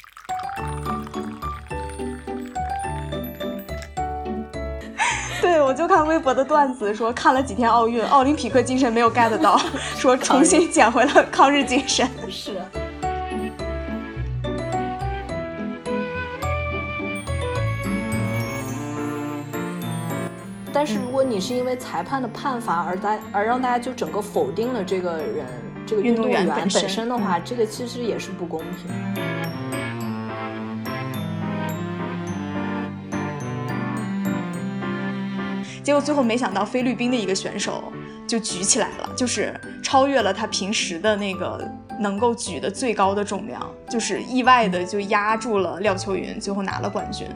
我就看微博的段子说，看了几天奥运，奥林匹克精神没有 get 到，说重新捡回了抗日精神。是。但是如果你是因为裁判的判罚而大而让大家就整个否定了这个人这个运运动动员员本本身嗯身的话，这个其实也是不公平。结果最后没想到菲律宾的一个选手就举起来了，就是超越了他平时的那个能够举的最高的重量，就是意外的就压住了廖秋云，最后拿了冠军。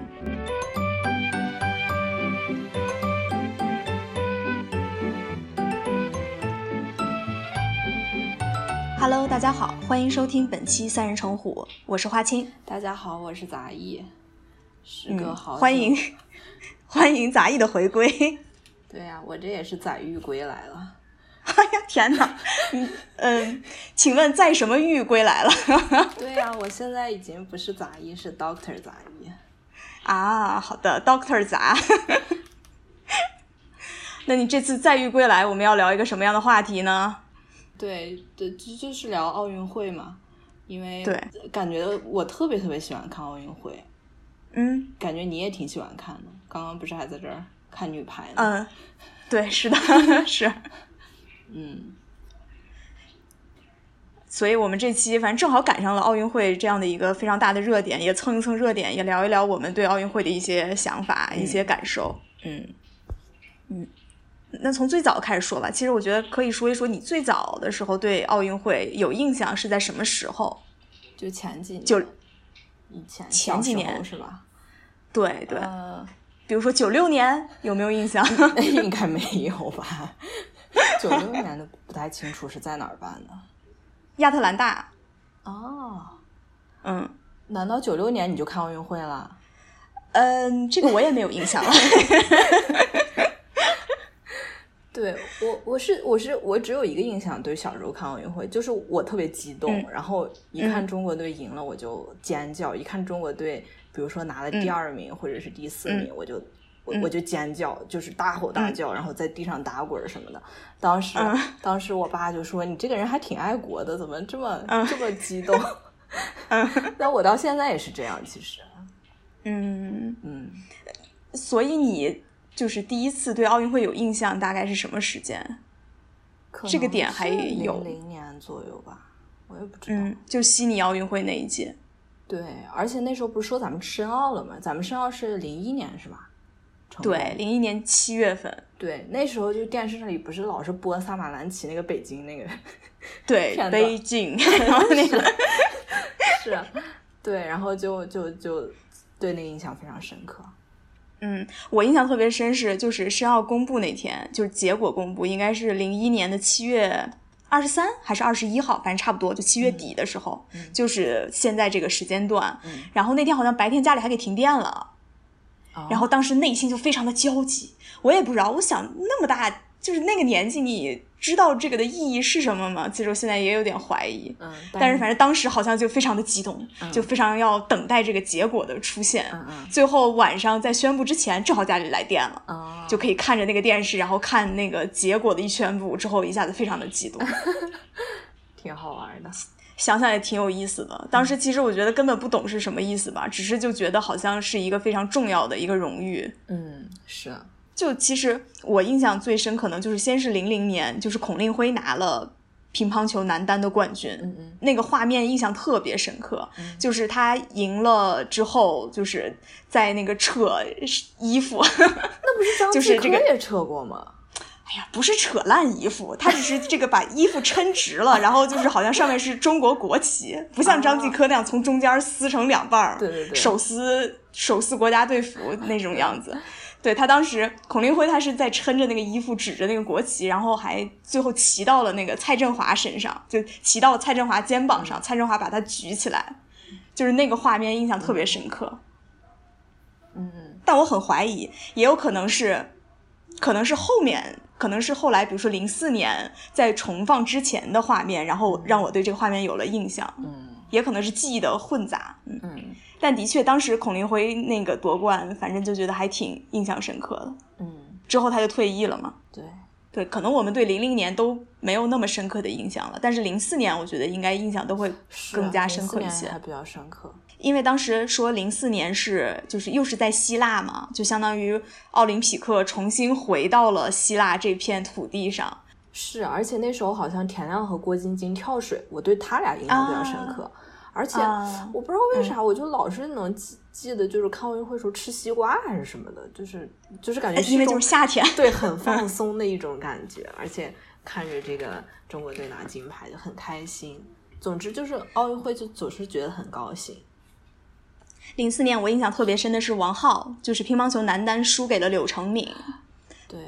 Hello，大家好，欢迎收听本期《三人成虎》，我是花青，大家好，我是杂艺，时嗯隔好、欢迎。欢迎杂艺的回归。对呀、我这也是载誉归来 了。哎呀，天哪！嗯嗯，请问在什么狱归来了？ 对呀、我现在已经不是杂艺，是 Doctor 杂艺。啊，好的，Doctor 杂。 那你这次再狱归来，我们要聊一个什么样的话题呢？对对，就就是聊奥运会嘛，因为对感觉我特别特别喜欢看奥运会，嗯感觉你也挺喜欢看的。刚刚不是还在这儿看女排呢？嗯，对，是的，是。嗯，所以我们这期反正正好赶上了奥运会这样的一个非常大的热点，也蹭一蹭热点，也聊一聊我们对奥运会的一些想法、一些感受。嗯嗯那从最早开始说吧，其实我觉得可以说一说你最早的时候对奥运会有印象是在什么时候？就前几年，就以前前几小时年候是吧？对对，呃，比如说九六年有没有印象？ 应该没有吧？九六年的不太清楚是在哪儿办的。亚特兰大，哦，嗯难道九六年你就看奥运会了？嗯，这个我也没有印象了。对我，我是我是我只有一个印象，对小时候看奥运会，就是我特别激动，嗯然后一看中国队赢了我就尖叫，一看中国队比如说拿了第二名或者是第四名，我就我嗯我就尖叫，就是大吼大叫，然后在地上打滚儿什么的。当时、嗯当时我爸就说：“你这个人还挺爱国的，怎么这么、嗯这么激 动？” 但我到现在也是这样，其实，嗯，嗯。所以你就是第一次对奥运会有印象，大概是什么时间？可这个能点还是有零年左右吧，我也不知道。嗯，就悉尼奥运会那一届。对，而且那时候不是说咱们申奥了吗？咱们申奥是零一年是吧？成功对，零一年七月份，对，那时候就电视里不是老是播萨马兰奇那个北京那个， 对，片段北京， 然后那个，是啊，对，然后就就就对那个印象非常深刻。嗯，我印象特别深是，就是申奥公布那天，就是结果公布，应该是零一年的七月二十三还是二十一号，反正差不多，就七月底的时候，嗯就是现在这个时间段。嗯然后那天好像白天家里还给停电了，哦然后当时内心就非常的焦急，我也不知道，我想那么大就是那个年纪，你知道这个的意义是什么吗？其实我现在也有点怀疑，嗯，但是反正当时好像就非常的激动，嗯就非常要等待这个结果的出现。嗯嗯最后晚上在宣布之前，正好家里来电了。啊，就可以看着那个电视，然后看那个结果的一宣布之后，一下子非常的 激动，挺好玩的。想想也挺有意思的。当时其实我觉得根本不懂是什么意思吧，只是就觉得好像是一个非常重要的一个荣誉，嗯，是就其实我印象最深，可能就是先是零零年，就是孔令辉拿了乒乓球男单的冠军，嗯嗯那个画面印象特别深刻，嗯就是他赢了之后，就是在那个扯衣服，那不是张就是继科这个也撤过吗？哎呀，不是扯烂衣服，他只是这个把衣服抻直 了，然后就是好像上面是中国国旗，不像张继科那样从中间撕成两半儿，啊对对对手撕手撕国家队服那种样子。对他当时，孔令辉他是在抻着那个衣服，指着那个国旗，然后还最后骑到了那个蔡振华身上，就骑到了蔡振华肩膀嗯上，蔡振华把他举起来，就是那个画面印象特别深刻。嗯但我很怀疑，也有可能是，可能是后面，可能是后来，比如说零四年在重放之前的画面，然后让我对这个画面有了印象，嗯也可能是记忆的混杂。嗯，嗯但的确，当时孔令辉那个夺冠，反正就觉得还挺印象深刻的。嗯，之后他就退役了嘛。对，对，可能我们对零零年都没有那么深刻的印象了，但是零四年我觉得应该印象都会是更啊加04深刻一年些，还比较深刻。因为当时说零四年是就是又是在希腊嘛，就相当于奥林匹克重新回到了希腊这片土地上。是，而且那时候好像田亮和郭晶晶跳水，我对他俩印象比较深刻。而且啊我不知道为啥，我就老是能记记得，就是看奥运会时候吃西瓜还是什么的，就是就是感觉哎是哎因为一种就是夏天对，很放松的一种感觉，而且看着这个中国队拿金牌就很开心。总之就是奥运会就总是觉得很高兴。零四年我印象特别深的是王浩，就是乒乓球男单输给了柳成敏。对，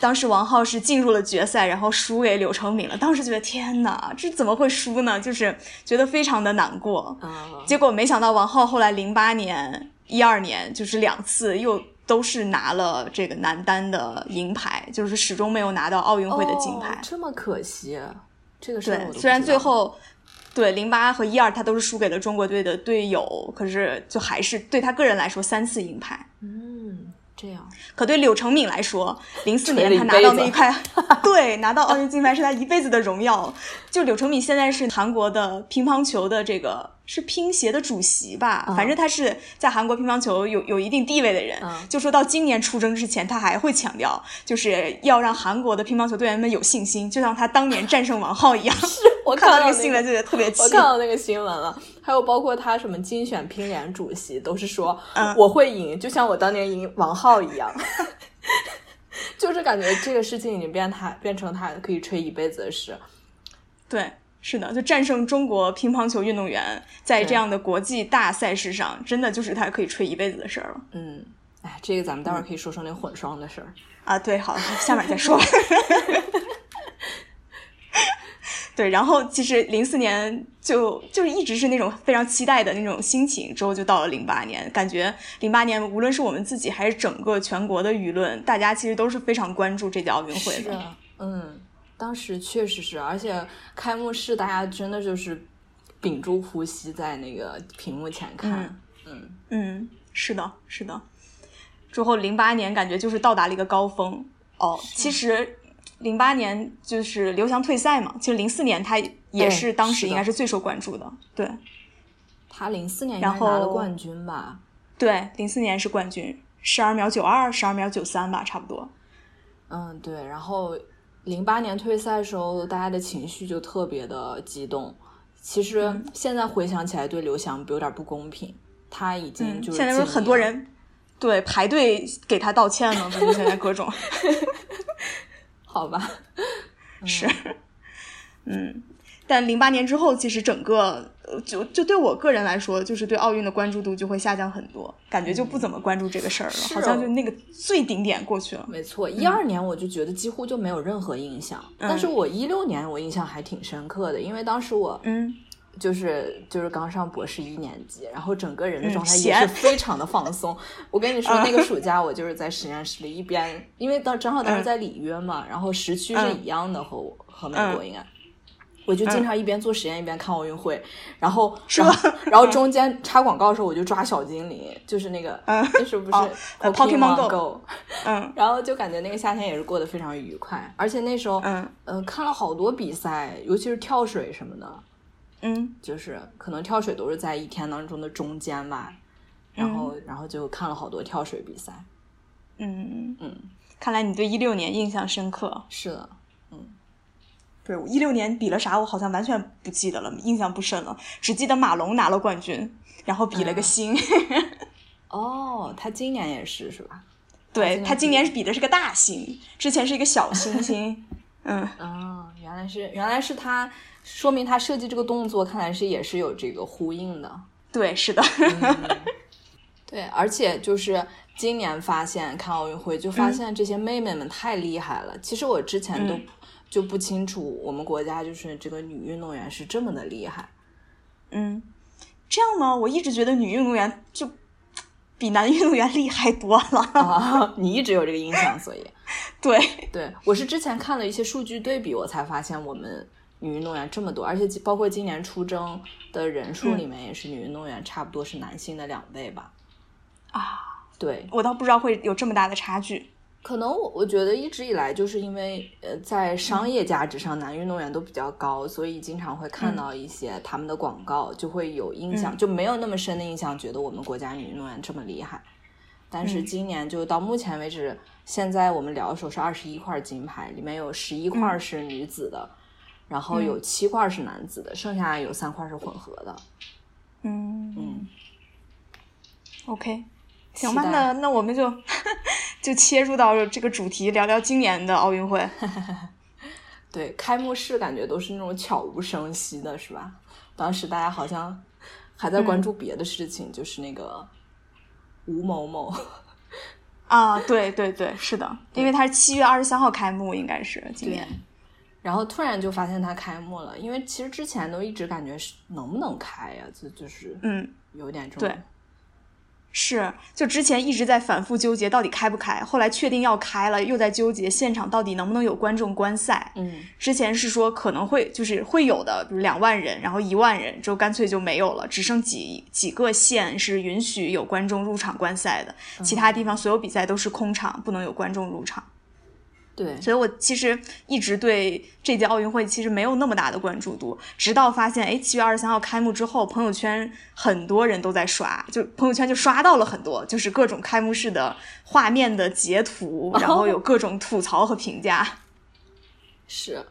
当时王浩是进入了决赛，然后输给柳成敏了。当时觉得天哪，这怎么会输呢？就是觉得非常的难过。嗯，结果没想到王浩后来零八年、一二年就是两次又都是拿了这个男单的银牌，就是始终没有拿到奥运会的金牌。哦这么可惜，啊这个事儿我对都，不虽然知最道后对零八和一二他都是输给了中国队的队友，可是就还是对他个人来说三次银牌。嗯这样，可对柳成敏来说，零四年锤他了拿一到辈子那一块， 对，拿到奥运金牌是他一辈子的荣耀。就柳成敏现在是韩国的乒乓球的这个是乒协的主席吧，嗯反正他是在韩国乒乓球有有一定地位的人。嗯就说到今年出征之前，他还会强调，就是要让韩国的乒乓球队员们有信心，就像他当年战胜王浩 一样。我看到那这个个新闻就觉得特别气我。看到那个新闻了，还有包括他什么竞选乒联主席都是说、嗯我会赢，就像我当年赢王浩 一样，就是感觉这个事情已经变他变成他可以吹一辈子的事。对，是的，就战胜中国乒乓球运动员，在对这样的国际大赛事上，真的就是他可以吹一辈子的事儿了。嗯，哎，这个咱们待会儿可以说说那混双的事儿。嗯啊，对，好，下面再说吧。 对，然后其实零四年就就是一直是那种非常期待的那种心情，之后就到了零八年，感觉零八年无论是我们自己还是整个全国的舆论，大家其实都是非常关注这届奥运会是的。啊，嗯，当时确实是，而且开幕式大家真的就是屏住呼吸在那个屏幕前看。嗯嗯，是的，是的。之后零八年感觉就是到达了一个高峰哦。其实零八年就是刘翔退赛嘛，其实零四年他也嗯是当时是的应该是最受关注的。对他零四年应然该拿了后冠军吧？对，零四年是冠军，十二秒九二，十二秒九三吧，差不多。嗯，对。然后零八年退赛的时候，大家的情绪就特别的激动。其嗯实现在回想起来，对刘翔有点不公平，他已经就嗯是现在有尽很多力了人对排队给他道歉了，不是现在各种。好吧，是，嗯，但零八年之后，其实整个呃就就对我个人来说，就是对奥运的关注度就会下降很多，感觉就不怎么关注这个事儿了，是好像就那个最顶点过去了。没错，一嗯二年我就觉得几乎就没有任何印象，但是我一六年我印象还挺深刻的，因为当时我嗯，就是就是刚上博士一年级，然后整个人的嗯状态也闲 嗯是非常的放松。我跟你说，那个暑假我就是在实验室里一边，因为当正好嗯当时在里约嘛，然后时区是一样的，和我和嗯美国应该。我就经常一边做实验一边看奥运会，然后是然吗嗯后然后中间插广告的时候我就抓小精灵，就是那个那时候不是哦呃 Pokemon Go，嗯然后就感觉那个夏天也是过得非常愉快，而且那时候嗯呃看了好多比赛，尤其是跳水什么的，嗯就是可能跳水都是在一天当中的中间吧，然后、然后就看了好多跳水比赛。嗯嗯，看来你对一六年印象深刻。是的，对，我一六年比了啥，我好像完全不记得了，印象不深了，只记得马龙拿了冠军，然后比了嗯个心。哦，他今年也是是吧？ 对今他年今年是比的是个大星，之前是一个小星星。 嗯，啊、原来是原来是他，说明他设计这个动作，看来是也是有这个呼应的。对，是的。对，而且就是今年发现看奥运会，就发现这些妹妹们太厉害了。其实我之前都嗯就不清楚，我们国家就是这个女运动员是这么的 厉害。嗯，这样吗？我一直觉得女运动员就比男运动员厉害多了。 啊，你一直有这个印象，所以对，对我是之前看了一些数据对比，我才发现我们女运动员这么多，而且包括今年出征的人数嗯里面，也是女运动员差不多是男性的两倍吧。啊，对，我倒不知道会有这么大的差距。可能我我觉得一直以来就是因为呃，在商业价值上，男运动员都比较高，所以经常会看到一些他们的广告，就会有印象，嗯就没有那么深的印象，觉得我们国家女运动员这么厉害。但是今年就到目前为止，现在我们聊的时候是二十一块金牌，里面有十一块是女子的，然后有七块是男子的，剩下有三块是混合的。嗯嗯， ，OK，期行吧，待那那我们就 就切入到这个主题，聊聊今年的奥运会。对，开幕式感觉都是那种悄无声息的，是吧？当时大家好像还在关注嗯别的事情，就是那个吴某 某，啊，对对对，是的，因为它是七月二十三号开幕，应该是今年。然后突然就发现他开幕了，因为其实之前都一直感觉是能不能开呀、就就是嗯，有点这种对是，就之前一直在反复纠结到底开不开，后来确定要开了，又在纠结现场到底能不能有观众观赛。嗯之前是说可能会就是会有的，比如两万人，然后一万人，之后干脆就没有了，只剩几几个县是允许有观众入场观赛的，其他地方所有比赛都是空场，不能有观众入场。对所以我其实一直对这届奥运会其实没有那么大的关注度，直到发现，哎，七月二十三号开幕之后，朋友圈很多人都在刷，就朋友圈就刷到了很多，就是各种开幕式的画面的截图，然后哦有各种吐槽和评价。是。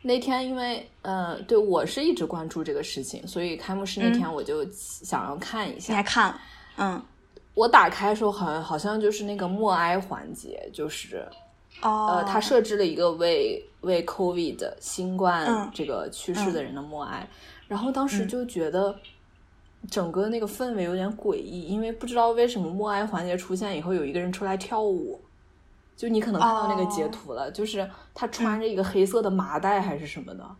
那天因为呃，对我是一直关注这个事情，所以开幕式那天我就想要看一嗯下你。还看了？嗯，我打开的时候好像好像就是那个默哀环节，就是哦呃，他设置了一个为为 COVID 新冠嗯这个去世的人的默哀，然后当时就觉得整个那个氛围有点诡异，因为不知道为什么默哀环节出现以后，有一个人出来跳舞，就你可能看到哦那个截图了，就是嗯他穿着一个黑色的麻袋还是什么的，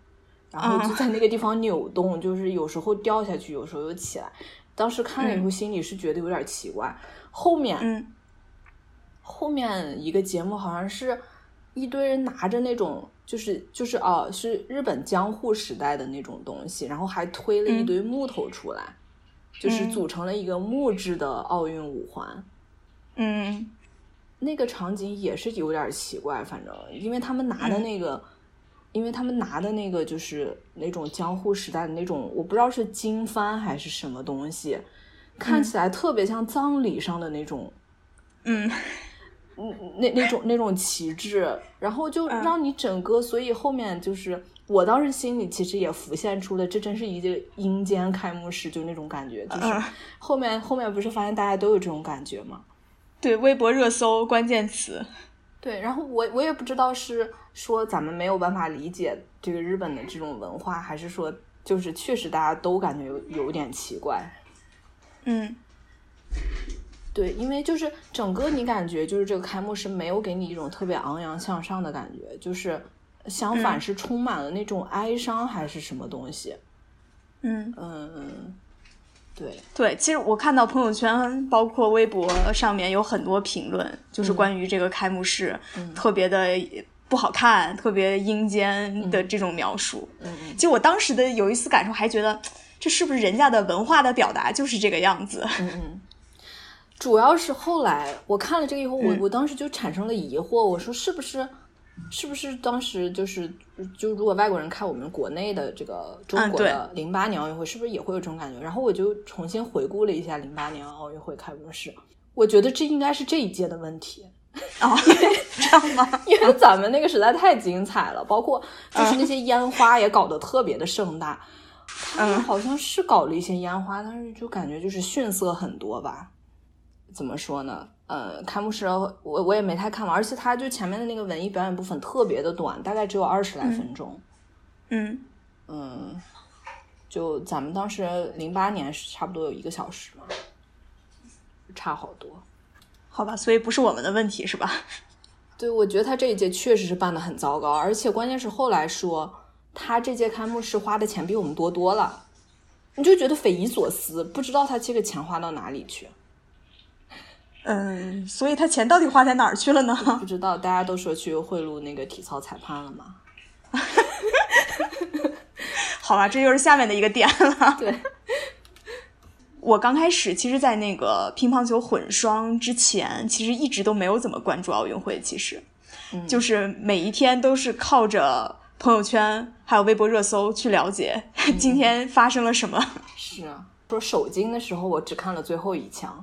然嗯后就在那个地方扭动，就是有时候掉下去，有时候又起来。当时看了以后，心里是觉得有点奇怪。后面，嗯后面一个节目好像是一堆人拿着那种，就是就是哦、是日本江户时代的那种东西，然后还推了一堆木头出来，就是嗯组成了一个木质的奥运五环。嗯那个场景也是有点奇怪，反正因为他们拿嗯的那个，因为他们拿的那个就是那种江户时代的那种，我不知道是经幡还是什么东西，看起来特别像葬礼上的那种，嗯，嗯那那种那种旗帜，然后就嗯让你整个，所以后面就是我当时心里其实也浮现出了，这真是一个阴间开幕式，就那种感觉，就是嗯后面后面不是发现大家都有这种感觉吗？对，微博热搜关键词。对，然后我我也不知道是说咱们没有办法理解这个日本的这种文化，还是说就是确实大家都感觉有有点奇怪。嗯对，因为就是整个你感觉就是这个开幕式没有给你一种特别昂扬向上的感觉，就是相反是充满了那种哀伤还是什么东西。嗯。嗯，对，对，其实我看到朋友圈，包括微博上面有很多评论，就是关于这个开幕式、特别的不好看、特别阴间的这种描述。嗯嗯其实我当时的有一丝感受，还觉得这是不是人家的文化的表达就是这个样子？嗯主要是后来我看了这个以后，我嗯我当时就产生了疑惑，我说是不是，是不是当时就是就如果外国人看我们国内的这个中国的零八年奥运会，是不是也会有这种感觉？然后我就重新回顾了一下零八年奥运会开幕式，我觉得这应该是这一届的问题。 哦，这样吗？因为咱们那个实在太精彩了，包括就是那些烟花也搞得特别的盛大，他嗯们嗯好像是搞了一些烟花，但是就感觉就是逊色很多吧。怎么说呢？呃，开幕式我我也没太看完，而且他就前面的那个文艺表演部分特别的短，大概只有二十来分钟。嗯嗯就咱们当时零八年是差不多有一个小时嘛，差好多。好吧，所以不是我们的问题是吧？对，我觉得他这一届确实是办的很糟糕，而且关键是后来说他这届开幕式花的钱比我们多多了，你就觉得匪夷所思，不知道他这个钱花到哪里去，嗯，所以他钱到底花在哪儿去了 呢？不知道大家都说去贿赂那个体操裁判了吗？ 好吧，这又是下面的一个点了。对， 我刚开始其实，在那个乒乓球混双之前，其实一直都没有怎么关注奥运会。其实，嗯就是每一天都是靠着朋友圈还有微博热搜去了解 嗯今天发生了什么。是啊，说首金的时候，我只看了最后一枪，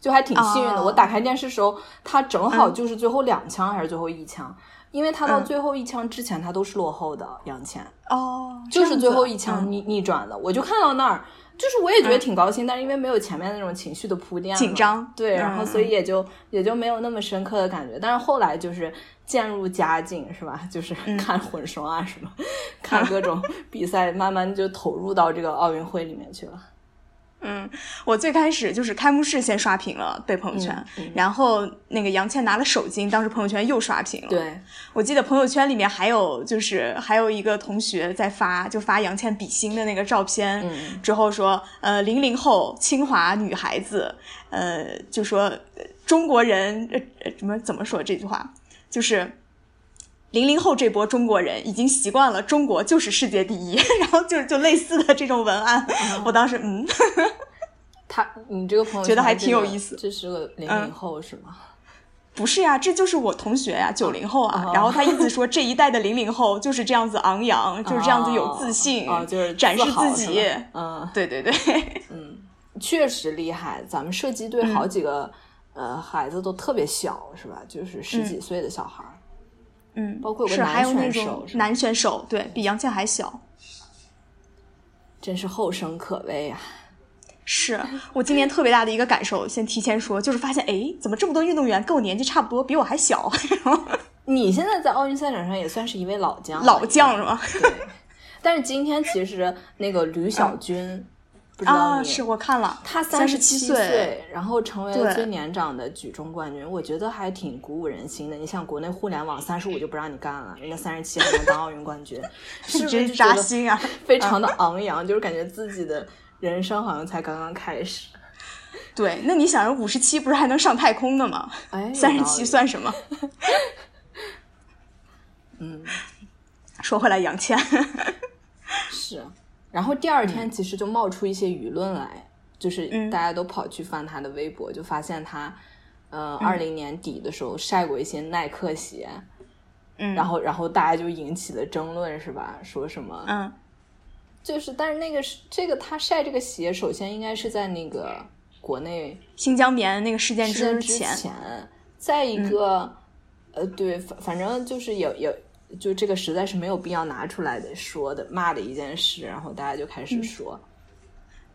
就还挺幸运的。哦我打开电视时候，他正好就是最后两枪还是最后一枪，因为他到最后一枪之前，他都是落后的杨倩，哦，嗯 就是最后一这样子嗯枪逆逆转的。我就看到那儿，就是我也觉得挺高兴，但是因为没有前面那种情绪的铺垫嘛，紧张对，嗯然后所以也就也就没有那么深刻的感觉。但是后来就是渐入佳境，是吧？就是嗯看混双啊什么，看各种比赛，慢慢就投入到这个奥运会里面去了。嗯，我最开始就是开幕式先刷屏了，被朋友圈，嗯嗯然后那个杨倩拿了首金，当时朋友圈又刷屏了。，对，我记得朋友圈里面还有就是还有一个同学在发，就发杨倩比心的那个照片，嗯之后说，呃，零零后清华女孩子，呃，就说呃中国人，呃，呃怎么怎么说这句话，就是。零零后这波中国人已经习惯了中国就是世界第一， 然后就就类似的这种文案，我当时嗯，他，你这个朋友觉得还圈挺这有个意思这是个零嗯零后是吗？不是呀、这就是我同学呀、九零后啊。哦然后他一直说这一代的零零后就是这样子昂扬， 就是这样子有自信，啊，哦就是展示自豪自己。是吧嗯， 对对对，确实厉害。咱们射击队嗯好几个、呃孩子都特别小，是吧？就是十几岁的小孩儿。嗯，包括有个是男还有那选手种是吧男选手，对比杨倩还小。真是后生可畏啊！是我今年特别大的一个感受，先提前说，就是发现哎，怎么这么多运动员跟我年纪差不多，比我还 小，然后你现在在奥运赛场上也算是一位老将了，老将是吗？对。但是今天其实那个吕小军，不知道嗯啊，你，是我看了，他三十七岁，然后成为了对最年长的举重冠军，我觉得还挺鼓舞人心的。你想，国内互联网三十五就不让你干了，人家三十七还能当奥运冠军， 是不真是是就觉扎得心啊！ 非常的昂扬，就是感觉自己的人生好像才刚刚开始。对，那你想，五十七不是还能上太空的吗？哎，有三十道七理算什么？ 嗯说回来，杨倩，是。然后第二天其实就冒出一些舆论来，就是嗯大家都跑去翻他的微博，就发现他，呃，二零年底的时候晒过一些耐克鞋，嗯，然后然后大家就引起了争论，是吧？说什么？嗯就是，但是那个是这个他晒这个鞋，首先应该是在那个国内， 新疆棉那个事件事件之之前，嗯再一个，呃，对，反反正就是有有，就这个实在是没有必要拿出来的说的骂的一件事，然后大家就开始说，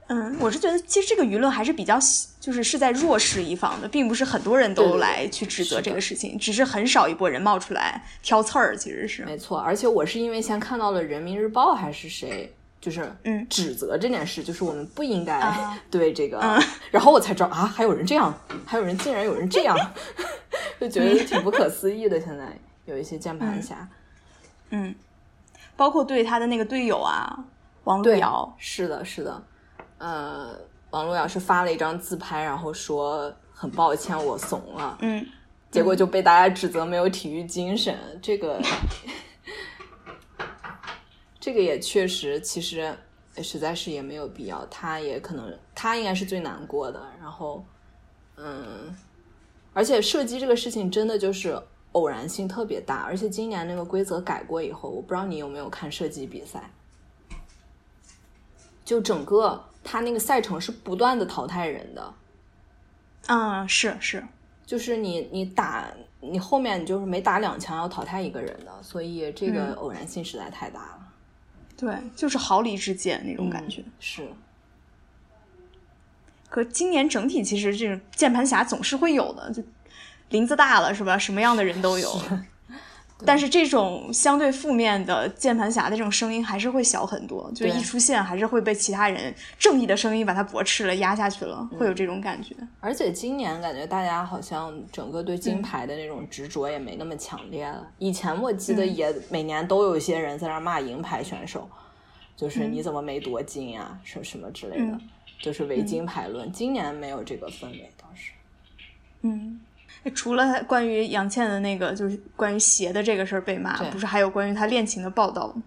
嗯，我是觉得其实这个舆论还是比较喜，就是是在弱势一方的，并不是很多人对都对来去指责是这的个事情，只是很少一波人冒出来挑刺儿，其实是，没错，而且我是因为先看到了人民日报还是谁。就是，嗯指责这件事，就是我们不应该啊 对这个，然后我才知道啊，还有人这样，还有人竟然有人这样， 就觉得挺不可思议的。现在有一些键盘侠，嗯，包括对他的那个队友啊，王璐瑶，是的，是的，呃，王璐瑶是发了一张自拍，然后说很抱歉，我怂了，嗯，结果就被大家指责没有体育精神，这 个，这个也确实，其实实在是也没有必要，他也可能他应该是最难过的，然后，嗯，而且射击这个事情真的就是。偶然性特别大，而且今年那个规则改过以后，我不知道你有没有看射击比赛。就整个他那个赛程是不断的淘汰人的，啊、是是，就是你你打你后面你就是每打两枪要淘汰一个人的，所以这个嗯偶然性实在太大了。对，就是毫厘之间那嗯种感觉。是，可今年整体其实这种键盘侠总是会有的，就林子大了是吧？什么样的人都有。 但是这种相对负面的键盘侠的这种声音还是会小很多，就对一出现还是会被其他人正义的声音把它驳斥了、压下去了，会嗯有这种感觉。而且今年感觉大家好像整个对嗯金牌的那种执着也没那么强烈了。以前我记得嗯也每年都有一些人在那儿骂银牌选手，就是你怎么没夺金呀、什什么之类的，嗯就是唯金牌论。今年没有这个氛围，倒是。嗯，除了关于杨倩的那个，就是关于鞋的这个事儿被骂对，不是还有关于她恋情的报道吗？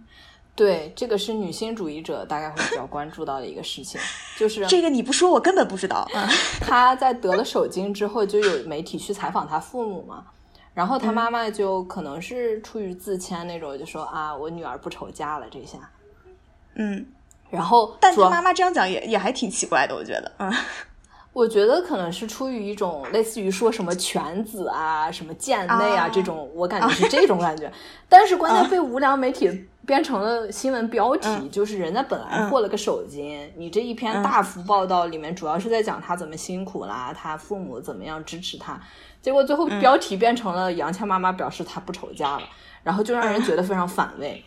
对，这个是女性主义者大概会比较关注到的一个事情，就是啊嗯这个你不说我根本不知道。她在得了手经之后，就有媒体去采访她父母嘛，然后她妈嗯妈就可能是出于自谦那种，就说啊，我女儿不愁嫁了这下。嗯，然后但主要他妈妈这样讲也也还挺奇怪的，我觉得。嗯我觉得可能是出于一种类似于说什么犬子啊、什么贱内啊啊这种，我感觉是这种感觉。但是关键被无良媒体编成了新闻标题，就是人家本来获了个首金，你这一篇大幅报道里面主要是在讲他怎么辛苦啦，他父母怎么样支持他，结果最后标题变成了杨倩妈妈表示她不愁嫁了，然后就让人觉得非常反胃。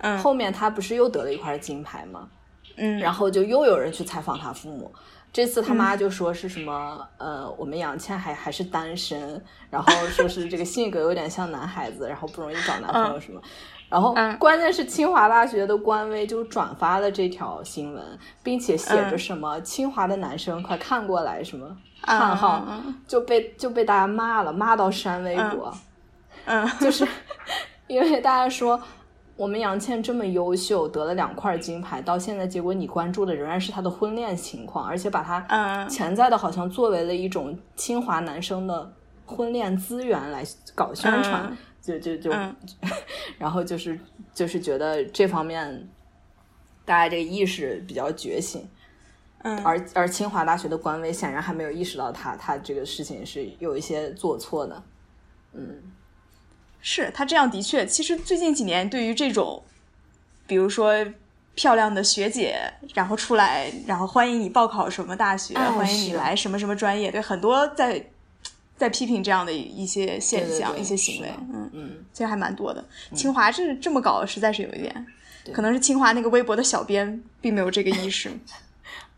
嗯后面她不是又得了一块金牌吗？嗯然后就又有人去采访他父母。这次他妈就说是什么，呃，我们杨倩还还是单身，然后说是这个性格有点像男孩子，然后不容易找男朋友什么。然后嗯关键是清华大学的官微就转发了这条新闻，并且写着嗯什么、清华的男生快看过来什么嗯叹号，嗯就被就被大家骂了，骂到删微博。嗯就是因为大家说我们杨倩这么优秀，得了两块金牌，到现在结果你关注的仍然是她的婚恋情况，而且把她嗯潜在的好像作为了一种清华男生的婚恋资源来搞宣传，嗯就就就，嗯 然后就是就是觉得这方面大家这个意识比较觉醒。嗯而而清华大学的官微显然还没有意识到他他这个事情是有一些做错的，是他这样的确，其实最近几年对于这种，比如说。漂亮的学姐，然后出来，然后欢迎你报考什么大学，哎欢迎你是来什么什么专业，对，很多在在批评这样的一些现对对象、对一些行为是的，嗯，嗯。其实还蛮多的。清华这这么搞，实在是有一点，对可能是清华那个微博的小编并没有这个意 识。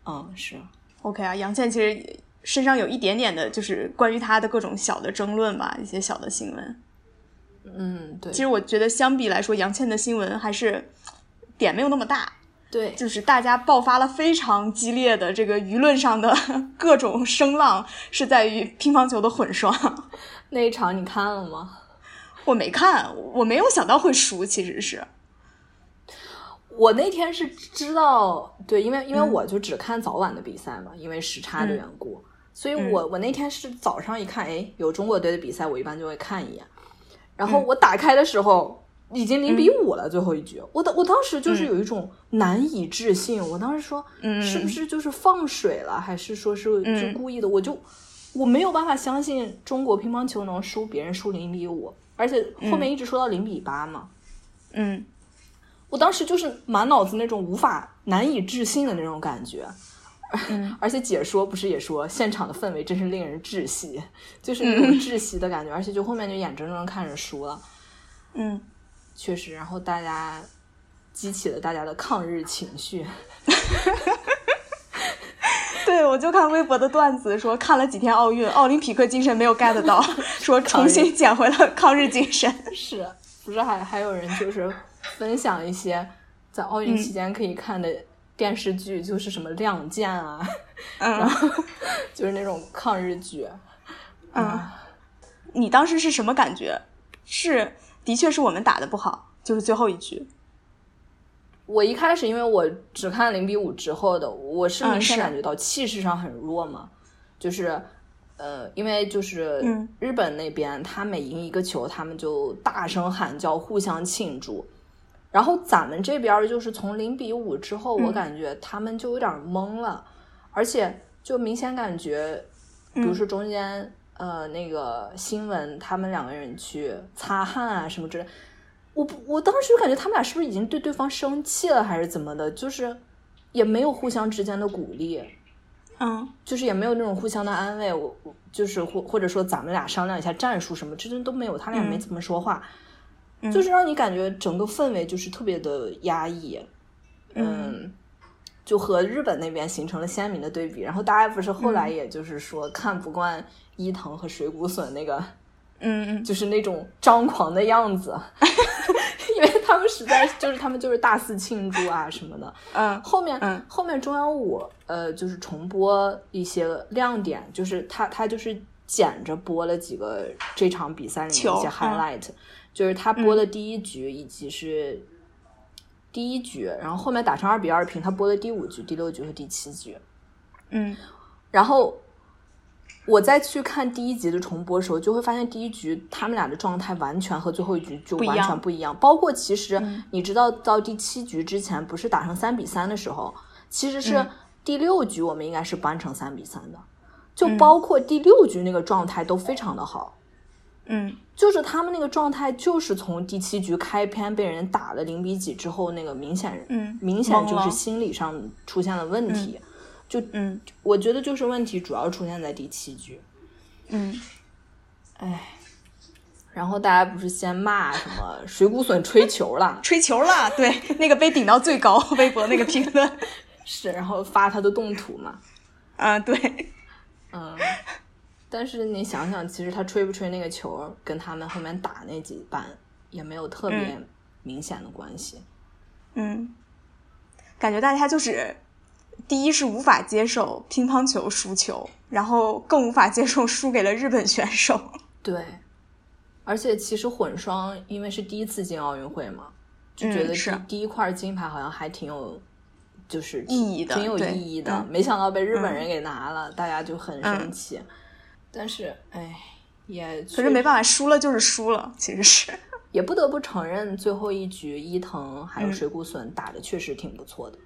哦嗯，是， OK 啊，杨倩其实身上有一点点的，就是关于她的各种小的争论吧，一些小的新闻。嗯，对其，实我觉得相比来说，杨倩的新闻还是点没有那么大，对，就是大家爆发了非常激烈的这个舆论上的 各种声浪，是在于乒乓球的混双。那一场你看了吗？我没看，我没有想到会输，其实是，我那天是知道，对，因为因为嗯我就只看早晚的比赛嘛，因为时差的缘故，所以嗯我我那天是早上一看，哎，有中国队的比赛，我一般就会看一眼。然嗯后我打开的时候，已经零比五了，最后一局，我当我当时就是有一种难以置信，我当时说，嗯是不是就是放水了，还是说是就故意的？我就我没有办法相信中国乒乓球能输别人输零比五，而且后面一直说到零比八嘛。嗯我当时就是满脑子那种无法难以置信的那种感觉。嗯 而且解说不是也说现场的氛围真是令人窒息，就是那种窒息的感觉，而且就后面就眼睁睁看着输了，嗯。确实，然后大家激起了大家的抗日情绪。 对，我就看微博的段子说，看了几天奥运，奥林匹克精神没有 get 到，说重新捡回了抗日精神。是，不是还还有人就是分享一些在奥运嗯期间可以看的电视剧，就是什么《亮剑》啊， 然嗯后就是那种抗日剧。嗯，你当时是什么感觉？是，的确是我们打的不好，就是最后一局。我一开始因为我只看零比五之后的，我是明显嗯是感觉到气势上很弱嘛，就是，呃，因为就是嗯日本那边他每赢一个球，他们就大声喊叫，互相庆祝。然后咱们这边就是从零比五之后，嗯我感觉他们就有点懵了，而且就明显感觉，比嗯如说中间呃那个新闻，他们两个人去擦汗啊什么之类，我不，我当时就感觉他们俩是不是已经对对方生气了，还是怎么的？就是也没有互相之间的鼓励，嗯就是也没有那种互相的安慰。我我就是或或者说咱们俩商量一下战术什么，这些都没有，他俩没怎么说话，嗯就是让你感觉整个氛围就是特别的压抑。嗯，就和日本那边形成了鲜明的对比。然后大家不是后来也就是说看不惯伊藤和水谷隼那个嗯就是那种张狂的样子，啊 因为他们实在就是他们就是大肆庆祝啊什么的。嗯后面、嗯后面中央五呃就是重播一些亮点，就是他他就是捡着播了几个这场比赛里面球一些嗯 highlight，、就是他播的第一局以及是第一局，然后后面打成二比二平，他播的第五局、第六局和第七局。嗯然后我再去看第一集的重播的时候，就会发现第一局他们俩的状态完全和最后一局就不一完样嗯全不一样。包括其实你知道，到第七局之前不是打成三比三的时候，其实是嗯第六局我们应该是扳成三比三的，就包括第六局那个状态都非常的好。嗯就是他们那个状态，就是从第七局开篇被人打了零比几之后，那个明显，嗯明显就懵是了心理上出现了问题。嗯我觉得就是问题主要出现在第七局。嗯，哎，然后大家不是先骂什么水谷隼吹球 ，了吹球了，对，那个被顶到最高， 微博那个评论，是，然后发他的动图嘛， 啊，对，嗯。但是你想想，其实他吹不吹那个球，跟他们后面打那几板也没有特别明显的关系。嗯，感觉大家就是，第一是无法接受乒乓球输球，然后更无法接受输给了日本选手，对，而且其实混双因为是第一次进奥运会嘛，就觉嗯得第、是第一块金牌好像还挺有，就是意义的挺有对意义的。嗯没想到被日本人给拿了，大家就很生气。但是，哎，也可确是没办法，输了就是输了，其实是，也不得不承认，最后一局伊藤还有嗯水谷隼打的确实挺不错的。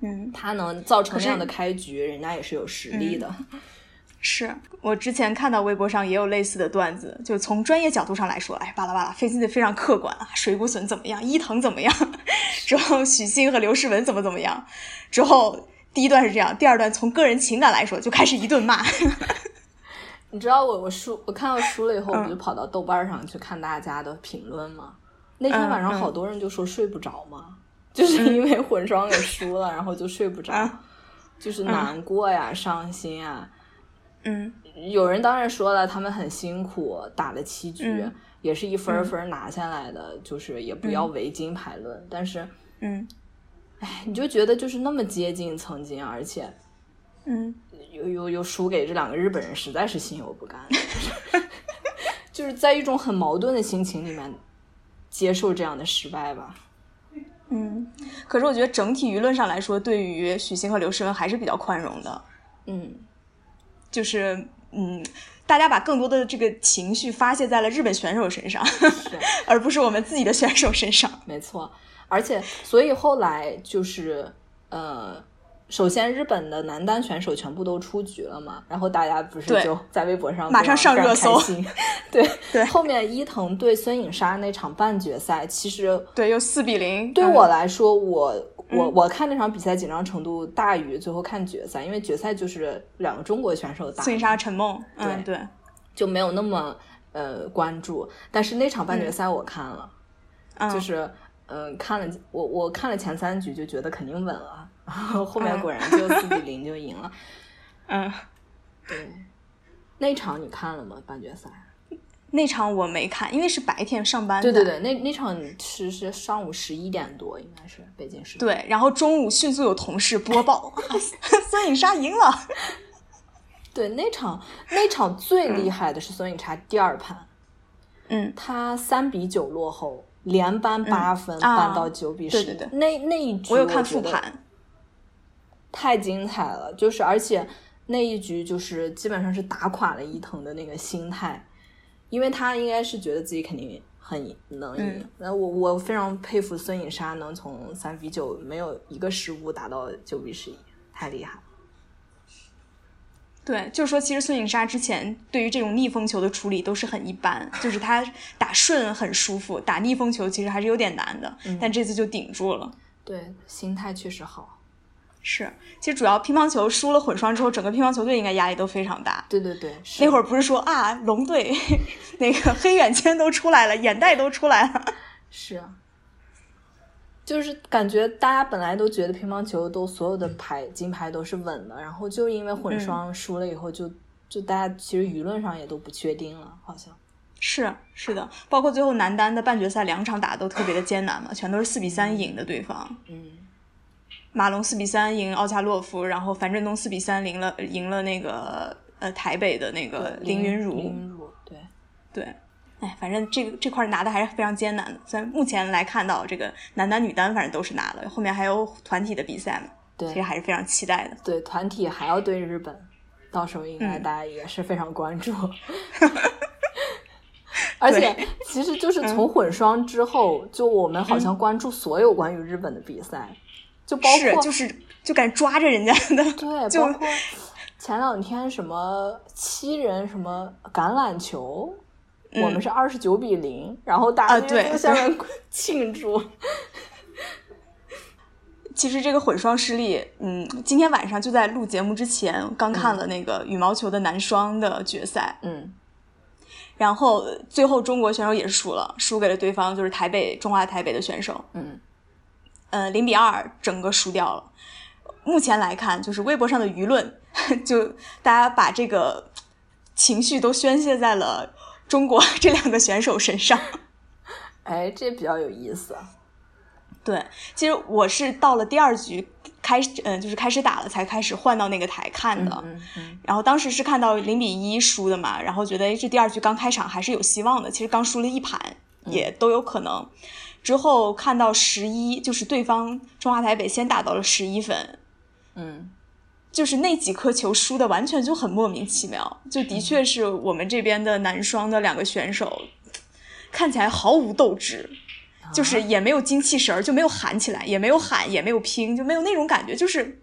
嗯，他能造成可那是嗯样的开局，人家也是有实力的。是我之前看到微博上也有类似的段子，就从专业角度上来说，哎，巴拉巴拉分析的非常客观啊，水谷隼怎么样，伊藤怎么样， 之后许昕和刘诗雯怎么怎么样，之后第一段是这样，第二段从个人情感来说就开始一顿骂，你知道我我输我看到输了以后，嗯我就跑到豆瓣上去看大家的评论嘛。那天晚上嗯嗯好多人就说睡不着嘛，就是因为混双给输了，然后就睡不着，嗯 就是难过呀、伤心呀。嗯有人当然说了，他们很辛苦，打了七局，嗯也是一分儿分儿拿下来的，就是也不要唯金牌论。但是，嗯哎，你就觉得就是那么接近曾经，而且嗯，又又又输给这两个日本人，实在是心有不甘， 就是在一种很矛盾的心情里面接受这样的失败吧。嗯，可是我觉得整体舆论上来说，对于许昕和刘诗雯还是比较宽容的，嗯，就是嗯，大家把更多的这个情绪发泄在了日本选手身上，是 而不是我们自己的选手身上。没错。而且，所以后来就是呃，首先日本的男单选手全部都出局了嘛，然后大家不是对就在微博上马上上非常热搜非 常开心对对后面伊藤对孙颖莎那场半决赛，其实对，又四比零。对嗯我来说，我我我看这场比赛紧张程度大于最后看决赛，因为决赛就是两个中国选手打，孙颖莎、陈梦，嗯，对对，就没有那么呃关注。但是那场半决赛我看了，嗯，就是嗯、呃看了我我看了前三局就觉得肯定稳了，然后后面果然就四比零 就赢了。嗯，对，那场你看了吗？半决赛？那场我没看，因为是白天上班对的，对对，那那场是是上午十一点多，应该是北京时间。对然后中午迅速有同事播报， 啊孙颖莎赢了，对，那场那场最厉害的是孙颖莎第二盘。嗯他三比九落后，连扳八分，啊扳到九比十、对对对那那一局我有看觉复得盘，太精彩了，就是而且那一局就是基本上是打垮了伊藤的那个心态，因为他应该是觉得自己肯定很能赢嗯。那、我我非常佩服孙颖莎能从三比九没有一个失误打到九比十一，太厉害了。对，就是说，其实孙颖莎之前对于这种逆风球的处理都是很一般，就是她打顺很舒服，打逆风球其实还是有点难的，嗯但这次就顶住了。对，心态确实好。是，其实主要乒乓球输了混双之后，整个乒乓球队应该压力都非常大。对对对，是那会儿不是说啊，龙队 那个黑眼圈都出来了，眼袋都出来了。是啊，就是感觉大家本来都觉得乒乓球都所有的牌金牌都是稳的，然后就因为嗯混双输了以后就，就大家其实舆论上也都不确定了，好像是是的，包括最后男单的半决赛两场打得都特别的艰难嘛，全都是四比三赢的对方。嗯，马龙四比三赢奥恰洛夫，然后樊振东四比三赢了赢了那个呃台北的那个凌林云儒。林云儒对，对，哎，反正这个这块拿的还是非常艰难的。虽然目前来看到这个男单、女单，反正都是拿了，后面还有团体的比赛嘛，对其实还是非常期待的。对，团体还要对日本，到时候应嗯该大家也是非常关 注。而且，其实就是嗯从混双之后，就我们好像关注所有关于日本的比赛，就包是括就是就敢抓着人家的，对，就包括前两天什么七人什么橄榄球，我们是二十九比零，然后大嗯啊家对在下面 庆祝。其实这个混双失利，嗯，今天晚上就在录节目之前，刚看了那个羽毛球的男双的决赛，嗯，然后最后中国选手也是输了，输给了对方就是台北中华台北的选手，嗯，呃，零比二整个输掉了。目前来看，就是微博上的舆论， 就大家把这个情绪都宣泄在了中国这两个选手身 上。哎，这比较有意思。啊对，其实我是到了第二局开始，嗯、就是开始打了，才开始换到那个台看的。嗯嗯然后当时是看到零比一输的嘛，然后觉得诶这第二局刚开场还是有希望的，其实刚输了一盘也都有可能。之后看到十一，就是对方中华台北先打到了十一分，嗯，就是那几颗球输的完全就很莫名其妙，就的确是我们这边的男双的两个选手看起来毫无斗志，就是也没有精气神儿，就没有喊起来，也没有喊，也没有拼，就没有那种感觉，就是